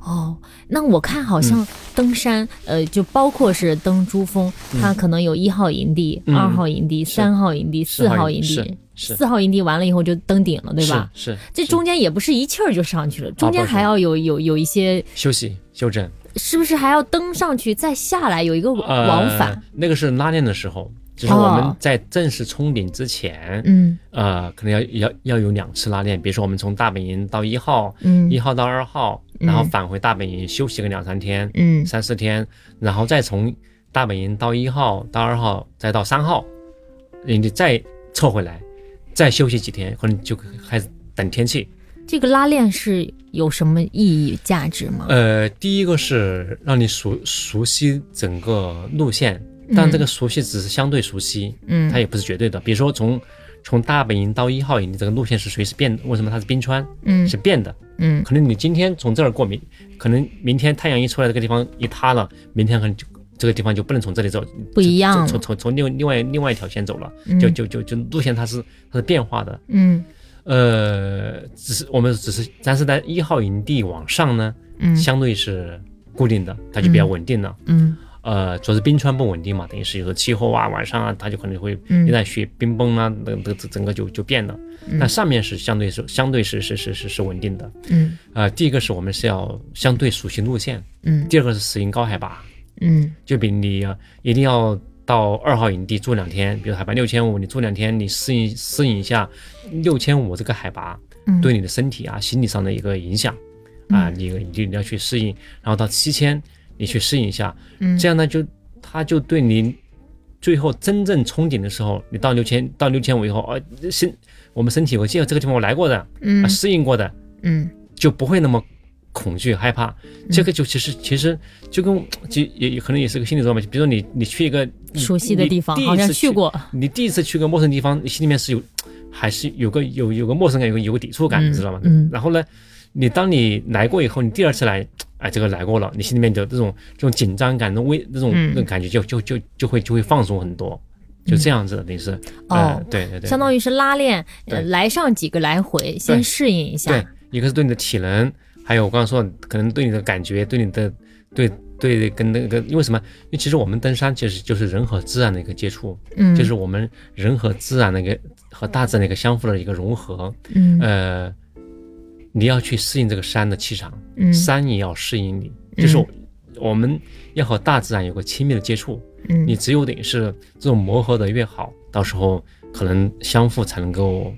Speaker 3: 哦，那我看好像登山，呃，就包括是登珠峰，它可能有一号营地、
Speaker 1: 嗯
Speaker 3: 二号营地、
Speaker 1: 是
Speaker 3: 三号营地、四号营地
Speaker 1: 是。是
Speaker 3: 四号营地完了以后就登顶了，对吧？
Speaker 1: 是是
Speaker 3: 这
Speaker 1: 是
Speaker 3: 中间也不是一气儿就上去了，中间
Speaker 1: 不是
Speaker 3: 还要有有有一些，
Speaker 1: 休息休整
Speaker 3: 是不是还要登上去再下来，有一个往
Speaker 1: 呃
Speaker 3: 往返？哦
Speaker 1: 那个是拉练的时候，就是我们在正式冲顶之前，
Speaker 3: 嗯
Speaker 1: 呃，可能要要要有两次拉练，比如说我们从大本营到一号，
Speaker 3: 嗯
Speaker 1: 一号到二号，然后
Speaker 3: 嗯
Speaker 1: 返回大本营休息个两三天，
Speaker 3: 嗯
Speaker 1: 三四天，然后再从大本营到一号、到二号，再到三号，你得再凑回来，再休息几天，可能就开始等天气。
Speaker 3: 这个拉练是有什么意义价值吗？
Speaker 1: 呃，第一个是让你熟熟悉整个路线，但这个熟悉只是相对熟悉，
Speaker 3: 嗯
Speaker 1: 它也不是绝对的。比如说从从大本营到一号营，这个路线是随时变的，为什么它是冰川？
Speaker 3: 嗯
Speaker 1: 是变的。
Speaker 3: 嗯
Speaker 1: 可能你今天从这儿过，明可能明天太阳一出来，这个地方一塌了，明天可能就这个地方就不能从这里走，
Speaker 3: 不一
Speaker 1: 从
Speaker 3: 样
Speaker 1: 从从从另另外另外一条线走了，就就就就路线它是它是变化的。
Speaker 3: 嗯
Speaker 1: 呃，只是我们只是但是在一号营地往上呢，
Speaker 3: 嗯
Speaker 1: 相对是固定的，它就比较稳定了。
Speaker 3: 嗯
Speaker 1: 呃，主要是冰川不稳定嘛，等于是有时候气候啊，晚上啊，它就可能会
Speaker 3: 嗯
Speaker 1: 一旦雪冰崩啊，那那整个就就变了。那上面是相对是相对是是是是是稳定的。
Speaker 3: 嗯
Speaker 1: 呃，第一个是我们是要相对熟悉路线，
Speaker 3: 嗯
Speaker 1: 第二个是适应高海拔，
Speaker 3: 嗯
Speaker 1: 就比你呃一定要到二号营地住两天，比如海拔六千五，你住两天，你适应适应一下六千五这个海拔
Speaker 3: 嗯
Speaker 1: 对你的身体啊、心理上的一个影响啊，你你就你要去适应，然后到七千你去适应一下，
Speaker 3: 嗯
Speaker 1: 这样呢就它就对你最后真正冲顶的时候，你到六千到六千五以后，哦，身我们身体我记得这个地方我来过的，啊，
Speaker 3: 嗯
Speaker 1: 适应过的，
Speaker 3: 嗯
Speaker 1: 就不会那么恐惧害怕。这个就其实其实就跟就也也可能也是个心理作用吧。比如说你你去一个你
Speaker 3: 熟悉的地方
Speaker 1: 你第一
Speaker 3: 好像
Speaker 1: 次
Speaker 3: 去过，
Speaker 1: 你第一次去个陌生地方，你心里面是有还是有个有有个陌生感，有个有个抵触感，
Speaker 3: 嗯
Speaker 1: 你知道吗？
Speaker 3: 嗯
Speaker 1: 然后呢，你当你来过以后，你第二次来。哎，这个来过了，你心里面的这种这种紧张感、那种危、那种
Speaker 3: 嗯
Speaker 1: 那种感觉就，就就就会就会放松很多，就这样子的，等于是，呃
Speaker 3: 哦，
Speaker 1: 对对对，
Speaker 3: 相当于是拉练，呃
Speaker 1: 对
Speaker 3: 来上几个来回，先
Speaker 1: 对
Speaker 3: 适应一
Speaker 1: 对
Speaker 3: 下。，
Speaker 1: 一个是对你的体能，还有我刚刚说的，可能对你的感觉，对你的对对跟那个，因为什么？因为其实我们登山其实就是人和自然的一个接触，
Speaker 3: 嗯
Speaker 1: 就是我们人和自然的一个和大自然的一个相互的一个融合。
Speaker 3: 嗯
Speaker 1: 呃，你要去适应这个山的气场，
Speaker 3: 嗯
Speaker 1: 山也要适应你，就是我我们要和大自然有个亲密的接触。
Speaker 3: 嗯
Speaker 1: 你只有等于是这种磨合的越好，到时候可能相互才能够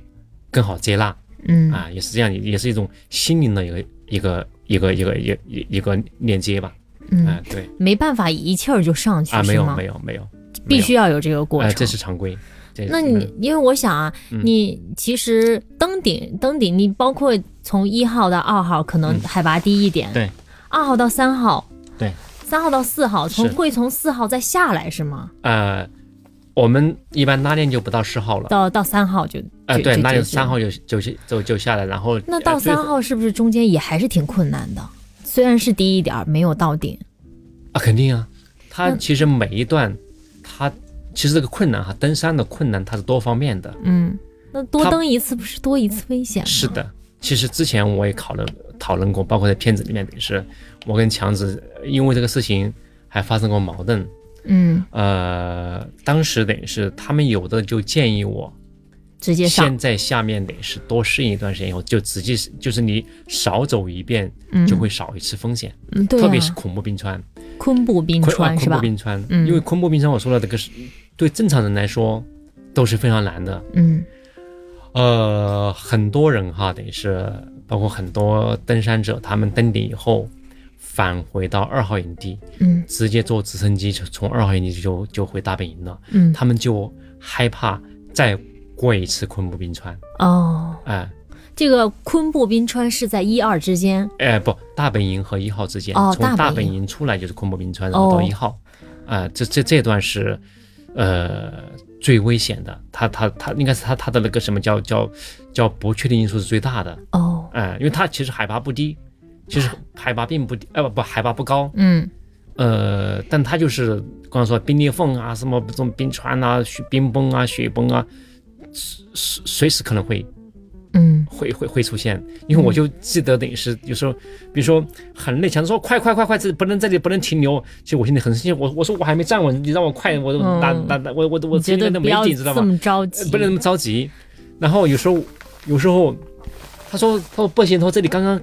Speaker 1: 更好接纳。
Speaker 3: 嗯
Speaker 1: 啊，也是这样，也是一种心灵的一个一个一个一个一个一一个链接吧。
Speaker 3: 嗯
Speaker 1: 啊，，对
Speaker 3: 没办法一气儿就上去
Speaker 1: 啊，没
Speaker 3: 是
Speaker 1: 有
Speaker 3: 吗
Speaker 1: 没？有没有，
Speaker 3: 必须
Speaker 1: 要
Speaker 3: 要有这个过
Speaker 1: 哎，
Speaker 3: 程。
Speaker 1: 这是常规。这
Speaker 3: 那你因为我想啊，
Speaker 1: 嗯
Speaker 3: 你其实登顶登顶，你包括从一号到二号，可能
Speaker 1: 嗯
Speaker 3: 海拔低一点，
Speaker 1: 对，
Speaker 3: 二号到三号，
Speaker 1: 对，
Speaker 3: 三号到四号，从
Speaker 1: 是
Speaker 3: 会从四号再下来是吗？
Speaker 1: 呃，我们一般拉练就不到十号了，
Speaker 3: 到到三号就
Speaker 1: 呃，
Speaker 3: 就
Speaker 1: 对，
Speaker 3: 就
Speaker 1: 拉练
Speaker 3: 就
Speaker 1: 三号就就就就下来，然后
Speaker 3: 那
Speaker 1: 呃
Speaker 3: 到
Speaker 1: 最
Speaker 3: 三
Speaker 1: 后
Speaker 3: 号是不是中间也还是挺困难的？虽然是低一点儿，没有到顶。
Speaker 1: 啊，肯定啊，它
Speaker 3: 那
Speaker 1: 其实每一段它。其实这个困难哈，登山的困难它是多方面的。
Speaker 3: 嗯，那多
Speaker 1: 他
Speaker 3: 登一次不是多一次危险吗？
Speaker 1: 是的，其实之前我也讨论讨论过，包括在片子里面也是，我跟强子呃因为这个事情还发生过矛盾。
Speaker 3: 嗯，
Speaker 1: 呃，当时等于是他们有的就建议我，
Speaker 3: 直接上
Speaker 1: 现，在下面得是多适应一段时间以后，就直接是就是你少走一遍
Speaker 3: 嗯
Speaker 1: 就会少一次风险，
Speaker 3: 嗯，对、啊，
Speaker 1: 特别是恐怖冰川，
Speaker 3: 昆布冰
Speaker 1: 昆啊
Speaker 3: 川是
Speaker 1: 昆
Speaker 3: 吧
Speaker 1: 布？冰川，
Speaker 3: 嗯
Speaker 1: 因为昆布冰川我说了，这个是对正常人来说都是非常难的，
Speaker 3: 嗯
Speaker 1: 呃，很多人哈，等于是包括很多登山者，他们登顶以后返回到二号营地，
Speaker 3: 嗯
Speaker 1: 直接坐直升机就从二号营地就就回大本营了，
Speaker 3: 嗯，
Speaker 1: 他们就害怕再过一次昆布冰川，
Speaker 3: 哦，
Speaker 1: 哎
Speaker 3: 这个昆布冰川是在一二之间，
Speaker 1: 哎不，大本营和一号之间，
Speaker 3: 哦
Speaker 1: 从
Speaker 3: 大
Speaker 1: 大
Speaker 3: 本
Speaker 1: 本
Speaker 3: 营
Speaker 1: 营出来就是昆布冰川，然后到
Speaker 3: 哦
Speaker 1: 一号，啊、这这这段是呃最危险的，它它它应该是它它的那个什么叫叫叫不确定因素是最大的。
Speaker 3: 哦，
Speaker 1: 哎、因为它其实海拔不低，其实海拔并不低，呃，不不，海拔不高，
Speaker 3: 嗯
Speaker 1: 呃，但它就是刚才说冰裂缝啊，什么这种冰川啊、雪冰崩啊、雪崩啊，随随时可能会
Speaker 3: 嗯
Speaker 1: 会会会出现。因为我就记得等于是有时候，比如说很累，想说快快快快，这不能这里不能停留。其实我现在很生气，我我说我还没站稳，你让我快，我都
Speaker 3: 嗯
Speaker 1: 打打打，我我我
Speaker 3: 你觉
Speaker 1: 现
Speaker 3: 得
Speaker 1: 在都
Speaker 3: 不
Speaker 1: 没
Speaker 3: 要
Speaker 1: 底，知道吗
Speaker 3: 这？么着
Speaker 1: 呃
Speaker 3: 急，
Speaker 1: 不能那么着急。然后有时候，有时候他说他说不行，他说这里刚刚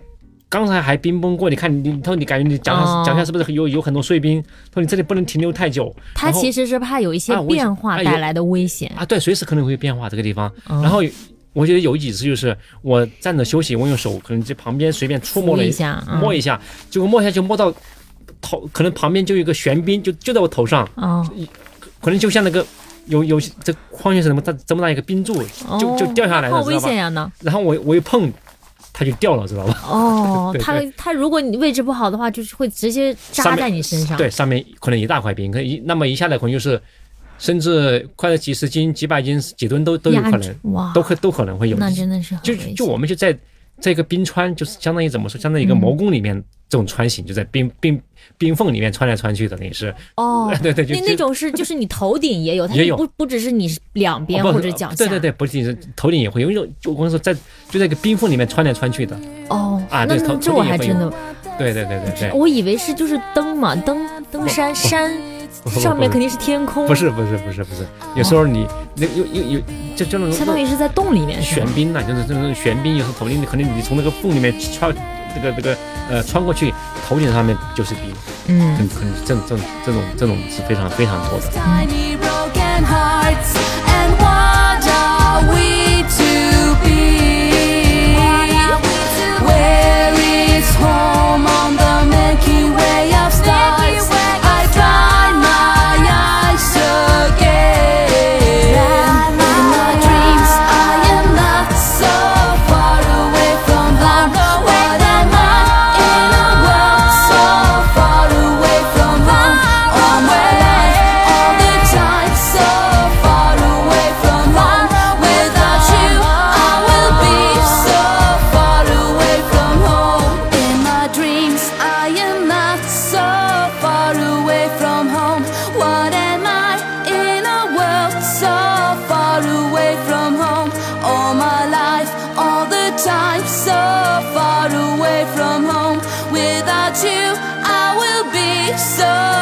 Speaker 1: 刚才还冰崩过，你看你你他说你感觉你脚下、
Speaker 3: 哦
Speaker 1: 脚下是不是有有很多碎冰？他说你这里不能停留太久
Speaker 3: 他其实是怕有一些
Speaker 1: 啊我
Speaker 3: 变化
Speaker 1: 哎有
Speaker 3: 带来的危险。
Speaker 1: 啊，对，随时可能会变化这个地方。
Speaker 3: 哦
Speaker 1: 然后有我觉得有几次就是我站着休息，我用手可能就旁边随便触摸
Speaker 3: 扶
Speaker 1: 了
Speaker 3: 一下嗯
Speaker 1: 摸一下，结果摸下去摸到头，可能旁边就有一个悬冰，就就在我头上，
Speaker 3: 哦
Speaker 1: 可能就像那个。有有这矿泉水那么大这么大一个冰柱，
Speaker 3: 哦，
Speaker 1: 就就掉下来了，
Speaker 3: 好
Speaker 1: 知道
Speaker 3: 危
Speaker 1: 吧
Speaker 3: 险？呀呢！
Speaker 1: 然后我我一碰，它就掉了，知道吧？
Speaker 3: 哦，
Speaker 1: 对
Speaker 3: 他
Speaker 1: 对
Speaker 3: 他如果你位置不好的话，就是会直接
Speaker 1: 上
Speaker 3: 扎
Speaker 1: 面
Speaker 3: 在你身上。
Speaker 1: 对，上面可能一大块冰，可能一那么一下来可能就是，甚至快了几十斤、几百斤、几吨都都有
Speaker 3: 压
Speaker 1: 可
Speaker 3: 制，
Speaker 1: 能，
Speaker 3: 哇，
Speaker 1: 都可都可能会有。
Speaker 3: 那真的是很
Speaker 1: 就
Speaker 3: 危
Speaker 1: 就
Speaker 3: 险
Speaker 1: 我们就在在一个冰川，就是相当于怎么说，相当于一个毛宫里面这种穿行，就在冰冰冰缝里面穿来穿去的，那是。
Speaker 3: 哦
Speaker 1: ，对对，就
Speaker 3: 那
Speaker 1: 就
Speaker 3: 那种是就是你头顶也有，它
Speaker 1: 也
Speaker 3: 就
Speaker 1: 有
Speaker 3: 不不只是你两边
Speaker 1: 哦不
Speaker 3: 或者脚下，
Speaker 1: 对对对，不仅是头顶也会有一种，就我跟你说，在就在一个冰缝里面穿来穿去的。
Speaker 3: 哦，
Speaker 1: 啊
Speaker 3: 那
Speaker 1: 对头
Speaker 3: 那
Speaker 1: 头
Speaker 3: 这
Speaker 1: 顶
Speaker 3: 我
Speaker 1: 也
Speaker 3: 还
Speaker 1: 会
Speaker 3: 真的
Speaker 1: 有，对对对对对。
Speaker 3: 我以为是就是登嘛，登登山山
Speaker 1: 不不
Speaker 3: 上面
Speaker 1: 不
Speaker 3: 肯定是天 空，
Speaker 1: 不是不是不是不是，有时候你那有有有，就就那种
Speaker 3: 相当于是在洞里面是
Speaker 1: 玄
Speaker 3: 吗？
Speaker 1: 彬呐，就是这种玄彬，有时候头顶可能你从那个缝里面穿，这个这个呃穿过去，头顶上面就是冰，
Speaker 3: 嗯
Speaker 1: 很很这种这种这种这种是非常非常多的。
Speaker 4: Tiny broken hearts, and what are we to be? Where is home on the Milky Way of stars? I find my eyes again. In my dreams, I am not so far away from home. What am I in a world so far away from home? All my life, all the time, so far away from home. Without you, I will be so far away from home. In my dreams, I am not so far away from home. What am I in a world so far away from home? All my life, all the time, so far away from home. Without you, I will be so